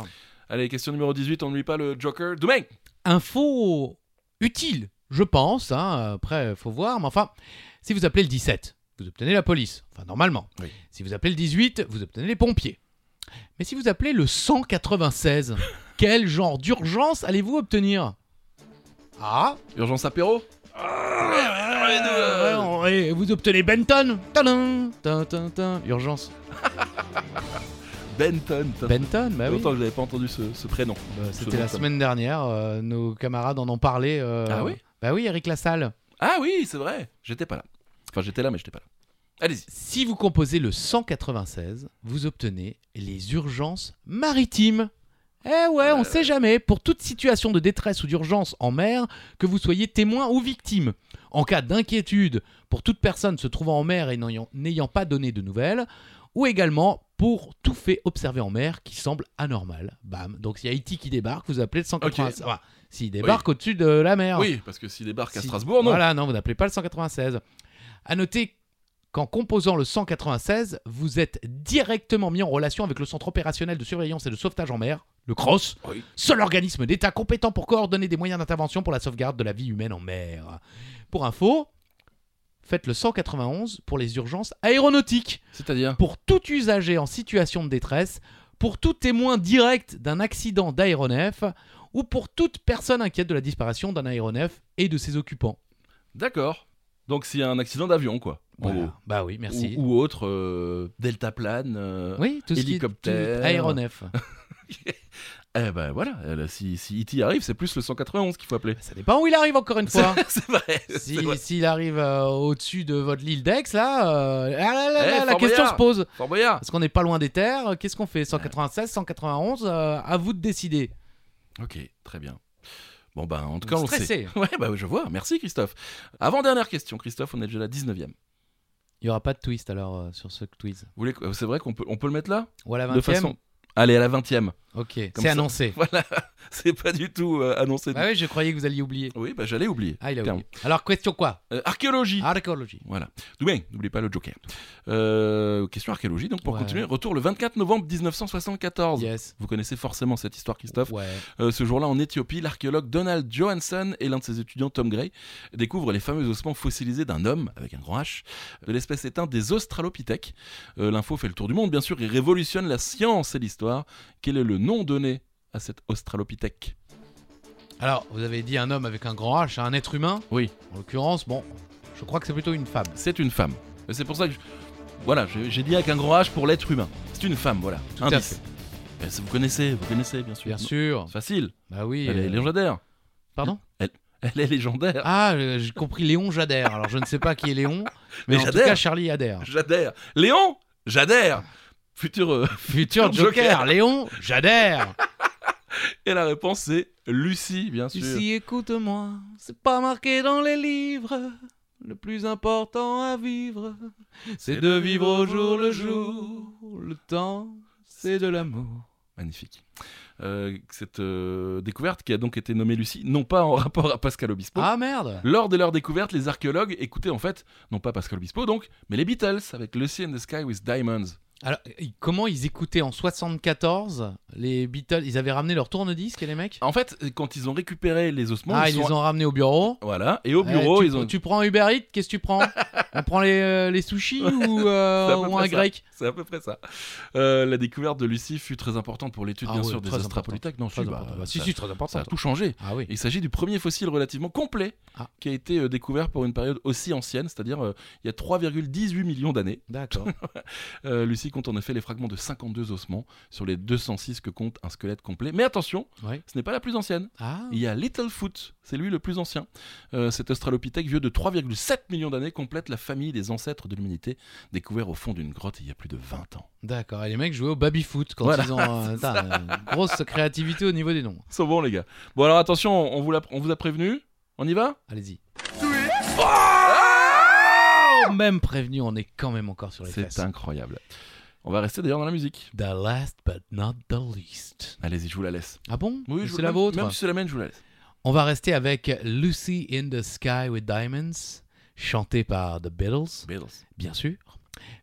[SPEAKER 1] Allez, question numéro 18, on n'oublie pas le Joker. Demain
[SPEAKER 2] Info utile, je pense. hein, Après, faut voir. Mais enfin, si vous appelez le 17, vous obtenez la police. Enfin, normalement.
[SPEAKER 1] Oui.
[SPEAKER 2] Si vous appelez le 18, vous obtenez les pompiers. Mais si vous appelez le 196, quel genre d'urgence allez-vous obtenir Ah Euh,
[SPEAKER 1] Urgence apéro euh,
[SPEAKER 2] Ouais, on- et vous obtenez Benton Tadam, tin, tin, tin. Urgence.
[SPEAKER 1] Benton. putain.
[SPEAKER 2] Benton,
[SPEAKER 1] Ça fait
[SPEAKER 2] bah oui.
[SPEAKER 1] Longtemps que je n'avais pas entendu ce, ce prénom.
[SPEAKER 2] Bah,
[SPEAKER 1] Ce
[SPEAKER 2] C'était la
[SPEAKER 1] Benton.
[SPEAKER 2] semaine dernière, euh, nos camarades en ont parlé. euh,
[SPEAKER 1] Ah oui
[SPEAKER 2] Bah oui, Eric Lassalle.
[SPEAKER 1] Ah oui, c'est vrai. J'étais pas là. Enfin, j'étais là, mais j'étais pas là. Allez-y.
[SPEAKER 2] Si vous composez le 196, vous obtenez les urgences maritimes. Eh ouais, on sait jamais, pour toute situation de détresse ou d'urgence en mer, que vous soyez témoin ou victime. En cas d'inquiétude pour toute personne se trouvant en mer et n'ayant- n'ayant pas donné de nouvelles, ou également pour tout fait observé en mer qui semble anormal. Bam. Donc s'il y a Haïti qui débarque, vous appelez le 196. Enfin, s'il débarque au-dessus de la mer.
[SPEAKER 1] Oui, parce que s'il débarque à
[SPEAKER 2] Si-
[SPEAKER 1] Strasbourg, non.
[SPEAKER 2] Voilà, non, vous n'appelez pas le 196. À noter qu'en composant le 196, vous êtes directement mis en relation avec le Centre opérationnel de surveillance et de sauvetage en mer, le CROSS,
[SPEAKER 1] Oui.
[SPEAKER 2] seul organisme d'État compétent pour coordonner des moyens d'intervention pour la sauvegarde de la vie humaine en mer. Pour info, faites le 191 pour les urgences aéronautiques
[SPEAKER 1] C'est-à-dire
[SPEAKER 2] pour tout usager en situation de détresse, pour tout témoin direct d'un accident d'aéronef ou pour toute personne inquiète de la disparition d'un aéronef et de ses occupants.
[SPEAKER 1] D'accord. Donc, s'il y a un accident d'avion, quoi. en
[SPEAKER 2] Voilà.
[SPEAKER 1] gros.
[SPEAKER 2] Bah oui, merci.
[SPEAKER 1] Ou, ou autre, euh, deltaplane. euh,
[SPEAKER 2] oui, tout ce qui est-
[SPEAKER 1] hélicoptère.
[SPEAKER 2] tout- aéronef. Bah,
[SPEAKER 1] Eh ben voilà, euh, là, si, si E.T. arrive, c'est plus le 191 qu'il faut appeler.
[SPEAKER 2] Ça dépend où il arrive encore une fois.
[SPEAKER 1] c'est vrai. c'est
[SPEAKER 2] Si-
[SPEAKER 1] vrai.
[SPEAKER 2] S'il arrive euh, au-dessus de votre île d'Aix, là, euh, ah là là
[SPEAKER 1] Eh,
[SPEAKER 2] là, la
[SPEAKER 1] Fort
[SPEAKER 2] question
[SPEAKER 1] Boyard.
[SPEAKER 2] se pose.
[SPEAKER 1] Fort Boyard.
[SPEAKER 2] Parce qu'on n'est pas loin des terres, euh, qu'est-ce qu'on fait 196, 191 euh, À vous de décider.
[SPEAKER 1] Ok, très bien. Bon, ben, en tout cas,
[SPEAKER 2] Vous
[SPEAKER 1] on le sait.
[SPEAKER 2] stressez.
[SPEAKER 1] Ouais, bah, je vois. Merci, Christophe. Avant-dernière question, Christophe, on est déjà à la 19e.
[SPEAKER 2] Il n'y aura pas de twist alors euh, sur ce quiz.
[SPEAKER 1] Vous voulez... que- euh, C'est vrai qu'on peut, on peut le mettre là
[SPEAKER 2] Ou à la 20
[SPEAKER 1] De façon. Allez, à la 20e.
[SPEAKER 2] Ok, c'est
[SPEAKER 1] ça.
[SPEAKER 2] annoncé.
[SPEAKER 1] Voilà, c'est pas du tout euh, annoncé.
[SPEAKER 2] Bah oui, je croyais que vous alliez oublier.
[SPEAKER 1] Oui, bah, j'allais oublier.
[SPEAKER 2] Ah, il a
[SPEAKER 1] Terme.
[SPEAKER 2] oublié. Alors, question quoi
[SPEAKER 1] Euh, archéologie.
[SPEAKER 2] Ah. Archéologie.
[SPEAKER 1] Voilà. Doué, n'oublie pas le Joker. Euh, question archéologie, donc pour
[SPEAKER 2] Ouais.
[SPEAKER 1] continuer, retour le 24 novembre 1974.
[SPEAKER 2] Yes.
[SPEAKER 1] Vous connaissez forcément cette histoire, Christophe.
[SPEAKER 2] Ouais.
[SPEAKER 1] Euh, ce jour-là, en Éthiopie, l'archéologue Donald Johanson et l'un de ses étudiants, Tom Gray, découvrent les fameux ossements fossilisés d'un homme, avec un grand H, de l'espèce éteinte des Australopithèques. Euh, L'info fait le tour du monde, bien sûr, et révolutionne la science et l'histoire. Quel est le nom donné à cet Australopithèque
[SPEAKER 2] Alors, vous avez dit un homme avec un grand H, un être humain.
[SPEAKER 1] Oui.
[SPEAKER 2] En l'occurrence, bon, je crois que c'est plutôt une femme.
[SPEAKER 1] C'est une femme. Et C'est pour ça que je- voilà, j'ai j'ai dit avec un grand H pour l'être humain. C'est une femme, voilà.
[SPEAKER 2] Tout à
[SPEAKER 1] Indice. Eh, Vous connaissez, vous connaissez, bien sûr.
[SPEAKER 2] Bien sûr.
[SPEAKER 1] C'est facile.
[SPEAKER 2] Bah oui.
[SPEAKER 1] Elle est
[SPEAKER 2] euh,
[SPEAKER 1] légendaire.
[SPEAKER 2] Pardon
[SPEAKER 1] Elle est légendaire.
[SPEAKER 2] Ah, euh, j'ai compris Léon Jadère. Alors, je ne sais pas qui est Léon,
[SPEAKER 1] Mais
[SPEAKER 2] mais, en tout
[SPEAKER 1] Jadère.
[SPEAKER 2] cas, Charlie adhère.
[SPEAKER 1] J'adhère. Léon, j'adhère. Futur. euh,
[SPEAKER 2] Futur
[SPEAKER 1] Joker.
[SPEAKER 2] Joker, Léon Jadère.
[SPEAKER 1] Et la réponse c'est Lucie, bien sûr.
[SPEAKER 2] Lucie, écoute-moi, c'est pas marqué dans les livres. Le plus important à vivre, c'est de vivre au jour le jour. Le temps, c'est de l'amour.
[SPEAKER 1] Magnifique. Euh, cette euh, découverte qui a donc été nommée Lucie, non pas en rapport à Pascal Obispo.
[SPEAKER 2] Ah merde
[SPEAKER 1] Lors de leur découverte, les archéologues écoutaient en fait, non pas Pascal Obispo donc, mais les Beatles avec Lucy and the Sky with Diamonds.
[SPEAKER 2] Alors, et comment ils écoutaient en 74 les Beatles Ils avaient ramené leur tourne-disque, les mecs
[SPEAKER 1] En fait, quand ils ont récupéré les ossements,
[SPEAKER 2] Ah,
[SPEAKER 1] ils,
[SPEAKER 2] ils
[SPEAKER 1] sont-
[SPEAKER 2] les ont ramenés au bureau.
[SPEAKER 1] Voilà, et au
[SPEAKER 2] Eh,
[SPEAKER 1] bureau,
[SPEAKER 2] tu,
[SPEAKER 1] ils ont.
[SPEAKER 2] tu prends Uber Eats Qu'est-ce que tu prends On prend les, euh, les sushis ou, euh,
[SPEAKER 1] c'est à peu
[SPEAKER 2] ou
[SPEAKER 1] près
[SPEAKER 2] un
[SPEAKER 1] ça.
[SPEAKER 2] grec
[SPEAKER 1] C'est à peu près ça. Euh, la découverte de Lucie fut très importante pour l'étude,
[SPEAKER 2] Ah
[SPEAKER 1] bien
[SPEAKER 2] ouais,
[SPEAKER 1] sûr, des
[SPEAKER 2] très
[SPEAKER 1] astrapolitaques. Non, si,
[SPEAKER 2] Très
[SPEAKER 1] bah,
[SPEAKER 2] important. Bah, Si,
[SPEAKER 1] ça,
[SPEAKER 2] si, très
[SPEAKER 1] ça
[SPEAKER 2] important.
[SPEAKER 1] a tout changé.
[SPEAKER 2] Ah oui.
[SPEAKER 1] Il s'agit du premier fossile relativement complet
[SPEAKER 2] Ah.
[SPEAKER 1] qui a été euh, découvert pour une période aussi ancienne, c'est-à-dire euh, il y a 3,18 millions d'années.
[SPEAKER 2] D'accord.
[SPEAKER 1] Euh, Lucie compte en effet les fragments de 52 ossements sur les 206 que compte un squelette complet. Mais attention,
[SPEAKER 2] Ouais.
[SPEAKER 1] ce n'est pas la plus ancienne.
[SPEAKER 2] Ah.
[SPEAKER 1] Il y a Littlefoot, c'est lui le plus ancien. Euh, cet australopithèque vieux de 3,7 millions d'années complète la famille des ancêtres de l'humanité, découvert au fond d'une grotte il y a plus de 20 ans.
[SPEAKER 2] D'accord, et les mecs jouaient au baby-foot quand
[SPEAKER 1] Voilà,
[SPEAKER 2] ils ont. euh, putain, euh, grosse créativité au niveau des noms.
[SPEAKER 1] C'est bon les gars. Bon alors attention, on vous, l'a- on vous a prévenu On y va
[SPEAKER 2] Allez-y. Oh, même prévenu, on est quand même encore sur les
[SPEAKER 1] C'est
[SPEAKER 2] fesses.
[SPEAKER 1] incroyable. On va rester d'ailleurs dans la musique.
[SPEAKER 2] The last but not the least.
[SPEAKER 1] Allez-y, je vous la laisse.
[SPEAKER 2] Ah bon
[SPEAKER 1] Oui, je vous-
[SPEAKER 2] C'est la
[SPEAKER 1] même-
[SPEAKER 2] vôtre
[SPEAKER 1] Même si c'est la mienne, je vous la laisse.
[SPEAKER 2] On va rester avec Lucy in the Sky with Diamonds, chantée par The Beatles, bien sûr.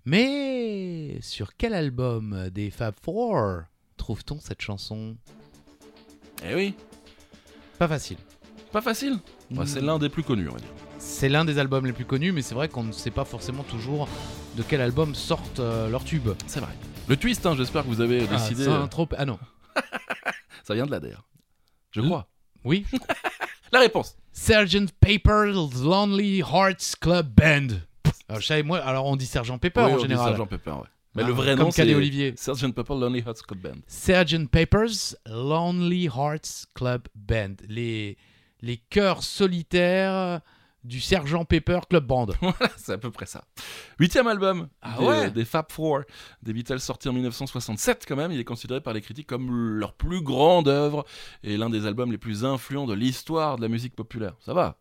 [SPEAKER 2] Mais sur quel album des Fab Four trouve-t-on cette chanson
[SPEAKER 1] Eh oui,
[SPEAKER 2] Pas facile.
[SPEAKER 1] pas facile.
[SPEAKER 2] Mm.
[SPEAKER 1] Bah, c'est l'un des plus connus, on va dire.
[SPEAKER 2] C'est l'un des albums les plus connus, mais c'est vrai qu'on ne sait pas forcément toujours de quel album sortent euh, leurs tubes.
[SPEAKER 1] C'est vrai. Le twist, hein, j'espère que vous avez
[SPEAKER 2] Ah,
[SPEAKER 1] décidé.
[SPEAKER 2] c'est
[SPEAKER 1] euh,
[SPEAKER 2] un trop... ah non,
[SPEAKER 1] ça vient de là d'ailleurs. Je
[SPEAKER 2] Le-
[SPEAKER 1] crois.
[SPEAKER 2] oui.
[SPEAKER 1] La réponse.
[SPEAKER 2] Sgt. Pepper's Lonely Hearts Club Band. Alors, je savais, moi, alors on dit Sgt. Pepper
[SPEAKER 1] Oui, on
[SPEAKER 2] en
[SPEAKER 1] dit
[SPEAKER 2] général.
[SPEAKER 1] Sgt. Pepper, ouais. Mais
[SPEAKER 2] Ah,
[SPEAKER 1] le vrai
[SPEAKER 2] comme
[SPEAKER 1] nom, c'est.
[SPEAKER 2] Cadet Olivier.
[SPEAKER 1] Sgt. Pepper Lonely Hearts Club Band.
[SPEAKER 2] Sgt. Pepper's Lonely Hearts Club Band. Les, les chœurs solitaires du Sgt. Pepper Club Band.
[SPEAKER 1] c'est à peu près ça. Huitième album
[SPEAKER 2] Ah
[SPEAKER 1] des,
[SPEAKER 2] ouais
[SPEAKER 1] des Fab Four, des Beatles sorti en 1967 quand même. Il est considéré par les critiques comme leur plus grande œuvre et l'un des albums les plus influents de l'histoire de la musique populaire. Ça va.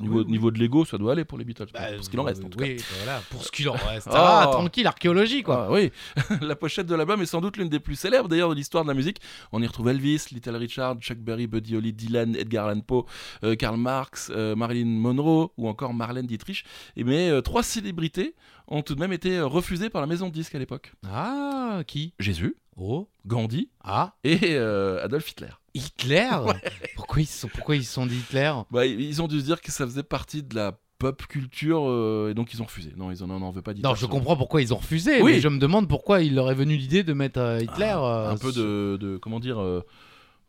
[SPEAKER 1] Niveau,
[SPEAKER 2] Oui, oui.
[SPEAKER 1] niveau de l'ego, ça doit aller pour les Beatles,
[SPEAKER 2] Bah,
[SPEAKER 1] pour ce qu'il en reste en tout cas.
[SPEAKER 2] oui, bah voilà, pour ce qu'il en reste.
[SPEAKER 1] Oh.
[SPEAKER 2] Ah, tranquille, archéologie quoi.
[SPEAKER 1] Ah oui, la pochette de l'album est sans doute l'une des plus célèbres d'ailleurs de l'histoire de la musique. On y retrouve Elvis, Little Richard, Chuck Berry, Buddy Holly, Dylan, Edgar Allan Poe, euh, Karl Marx, euh, Marilyn Monroe ou encore Marlène Dietrich. Et mais euh, trois célébrités ont tout de même été euh, refusées par la maison de disques à l'époque.
[SPEAKER 2] Ah, qui
[SPEAKER 1] Jésus,
[SPEAKER 2] Oh,
[SPEAKER 1] Gandhi
[SPEAKER 2] ah,
[SPEAKER 1] et euh, Adolf Hitler.
[SPEAKER 2] Hitler Pourquoi ils se sont, pourquoi ils se sont dit Hitler
[SPEAKER 1] Bah, i- ils ont dû se dire que ça faisait partie de la pop culture euh, et donc ils ont refusé. Non, ils en ont veut pas dire.
[SPEAKER 2] Non, je comprends pourquoi ils ont refusé,
[SPEAKER 1] Oui. Ah,
[SPEAKER 2] mais je me demande pourquoi il leur est venu l'idée de mettre euh, Hitler. euh,
[SPEAKER 1] Un peu
[SPEAKER 2] sur-
[SPEAKER 1] de, de- comment dire euh,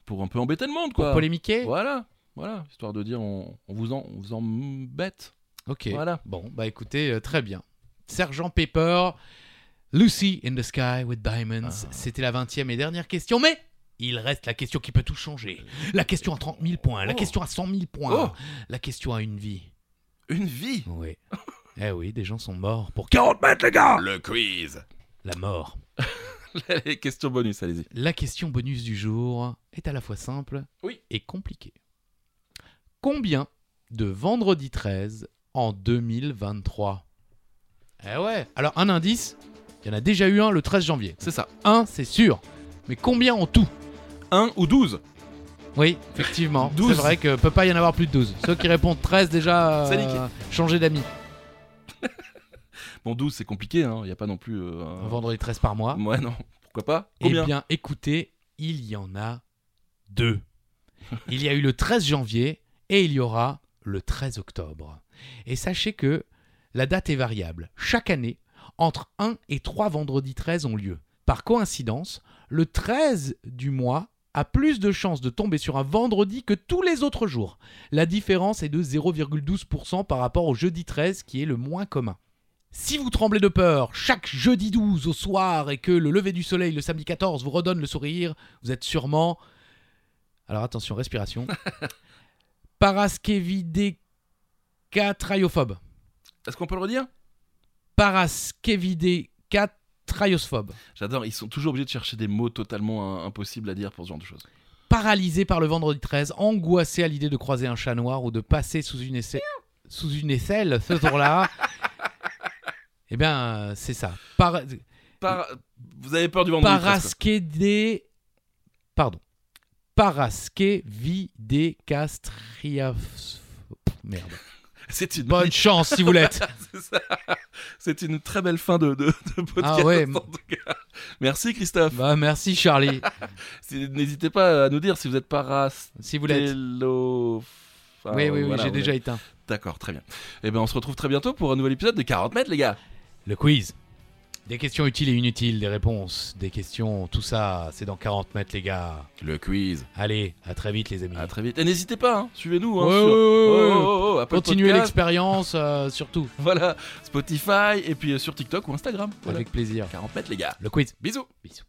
[SPEAKER 1] pour un peu embêter le monde
[SPEAKER 2] Pour
[SPEAKER 1] quoi.
[SPEAKER 2] polémiquer
[SPEAKER 1] Voilà, voilà, histoire de dire on, on vous en, on vous embête.
[SPEAKER 2] Ok.
[SPEAKER 1] Voilà.
[SPEAKER 2] Bon, bah écoutez, euh, très bien. Sergent Pepper, Lucy in the Sky with Diamonds,
[SPEAKER 1] Ah.
[SPEAKER 2] c'était la 20 et dernière question, mais il reste la question qui peut tout changer. La question à 30 000 points, la
[SPEAKER 1] Oh.
[SPEAKER 2] question à 100 000 points,
[SPEAKER 1] Oh.
[SPEAKER 2] la question à une vie.
[SPEAKER 1] Une vie
[SPEAKER 2] Oui. eh oui, des gens sont morts pour
[SPEAKER 3] 40 mètres, les gars
[SPEAKER 1] Le quiz
[SPEAKER 2] la mort.
[SPEAKER 1] Les questions bonus, allez-y.
[SPEAKER 2] La question bonus du jour est à la fois simple
[SPEAKER 1] Oui.
[SPEAKER 2] et compliquée. Combien de vendredi 13 en 2023 Eh ouais Alors un indice, il y en a déjà eu un le 13 janvier.
[SPEAKER 1] C'est ça.
[SPEAKER 2] Un, c'est sûr. Mais combien en tout
[SPEAKER 1] 1 ou 12
[SPEAKER 2] Oui, effectivement.
[SPEAKER 1] 12.
[SPEAKER 2] C'est vrai que peut pas y en avoir plus de 12. Ceux qui répondent 13 déjà,
[SPEAKER 1] C'est
[SPEAKER 2] euh, changez d'amis.
[SPEAKER 1] Bon, 12, c'est compliqué, il hein. n'y a pas non plus. euh, un-
[SPEAKER 2] Un vendredi 13 par mois.
[SPEAKER 1] Ouais, non, pourquoi pas Combien
[SPEAKER 2] eh bien, écoutez, il y en a deux. Il y a eu le 13 janvier et il y aura le 13 octobre. Et sachez que la date est variable. Chaque année, entre 1 et 3 vendredis 13 ont lieu. Par coïncidence, le 13 du mois a plus de chances de tomber sur un vendredi que tous les autres jours. La différence est de 0,12% par rapport au jeudi 13 qui est le moins commun. Si vous tremblez de peur chaque jeudi 12 au soir et que le lever du soleil le samedi 14 vous redonne le sourire, vous êtes sûrement... Alors attention, respiration. Paraskevidécatriophobe.
[SPEAKER 1] Est-ce qu'on peut le redire
[SPEAKER 2] Paraskevidécatriophobe.
[SPEAKER 1] J'adore, ils sont toujours obligés de chercher des mots totalement hein, impossibles à dire pour ce genre de choses.
[SPEAKER 2] Paralysé par le vendredi 13, angoissé à l'idée de croiser un chat noir ou de passer sous une, essa- sous une aisselle ce jour-là. eh bien, euh, c'est ça. Par...
[SPEAKER 1] Par- Vous avez peur du vendredi 13,
[SPEAKER 2] Parasquedé. Pardon. Parasqué vidé Merde.
[SPEAKER 1] quoi. C'est une,
[SPEAKER 2] Bonne chance si vous l'êtes.
[SPEAKER 1] c'est ça. C'est une très belle fin de, de, de podcast.
[SPEAKER 2] Ah ouais.
[SPEAKER 1] en tout cas. Merci Christophe.
[SPEAKER 2] Bah, merci Charlie,
[SPEAKER 1] Si- N'hésitez pas à nous dire si vous êtes parastélo.
[SPEAKER 2] si vous l'êtes.
[SPEAKER 1] Enfin,
[SPEAKER 2] oui, oui, oui,
[SPEAKER 1] voilà,
[SPEAKER 2] j'ai
[SPEAKER 1] on
[SPEAKER 2] déjà
[SPEAKER 1] est-
[SPEAKER 2] éteint.
[SPEAKER 1] D'accord, très bien. Et ben on se retrouve très bientôt pour un nouvel épisode de 40 mètres, les gars.
[SPEAKER 2] Le quiz. Des questions utiles et inutiles, des réponses, des questions, tout ça, c'est dans 40 mètres les gars.
[SPEAKER 1] Le quiz.
[SPEAKER 2] Allez, à très vite les amis.
[SPEAKER 1] À très vite. Et n'hésitez pas, hein, suivez-nous. hein,
[SPEAKER 2] Ouais,
[SPEAKER 1] sur-
[SPEAKER 2] ouais, ouais, ouais.
[SPEAKER 1] oh, oh, oh, Apple
[SPEAKER 2] Continuez
[SPEAKER 1] Podcast,
[SPEAKER 2] l'expérience euh, surtout.
[SPEAKER 1] Voilà, Spotify et puis euh, sur TikTok ou Instagram. Voilà.
[SPEAKER 2] Avec plaisir.
[SPEAKER 1] 40 mètres, les gars.
[SPEAKER 2] Le quiz.
[SPEAKER 1] Bisous.
[SPEAKER 2] Bisous.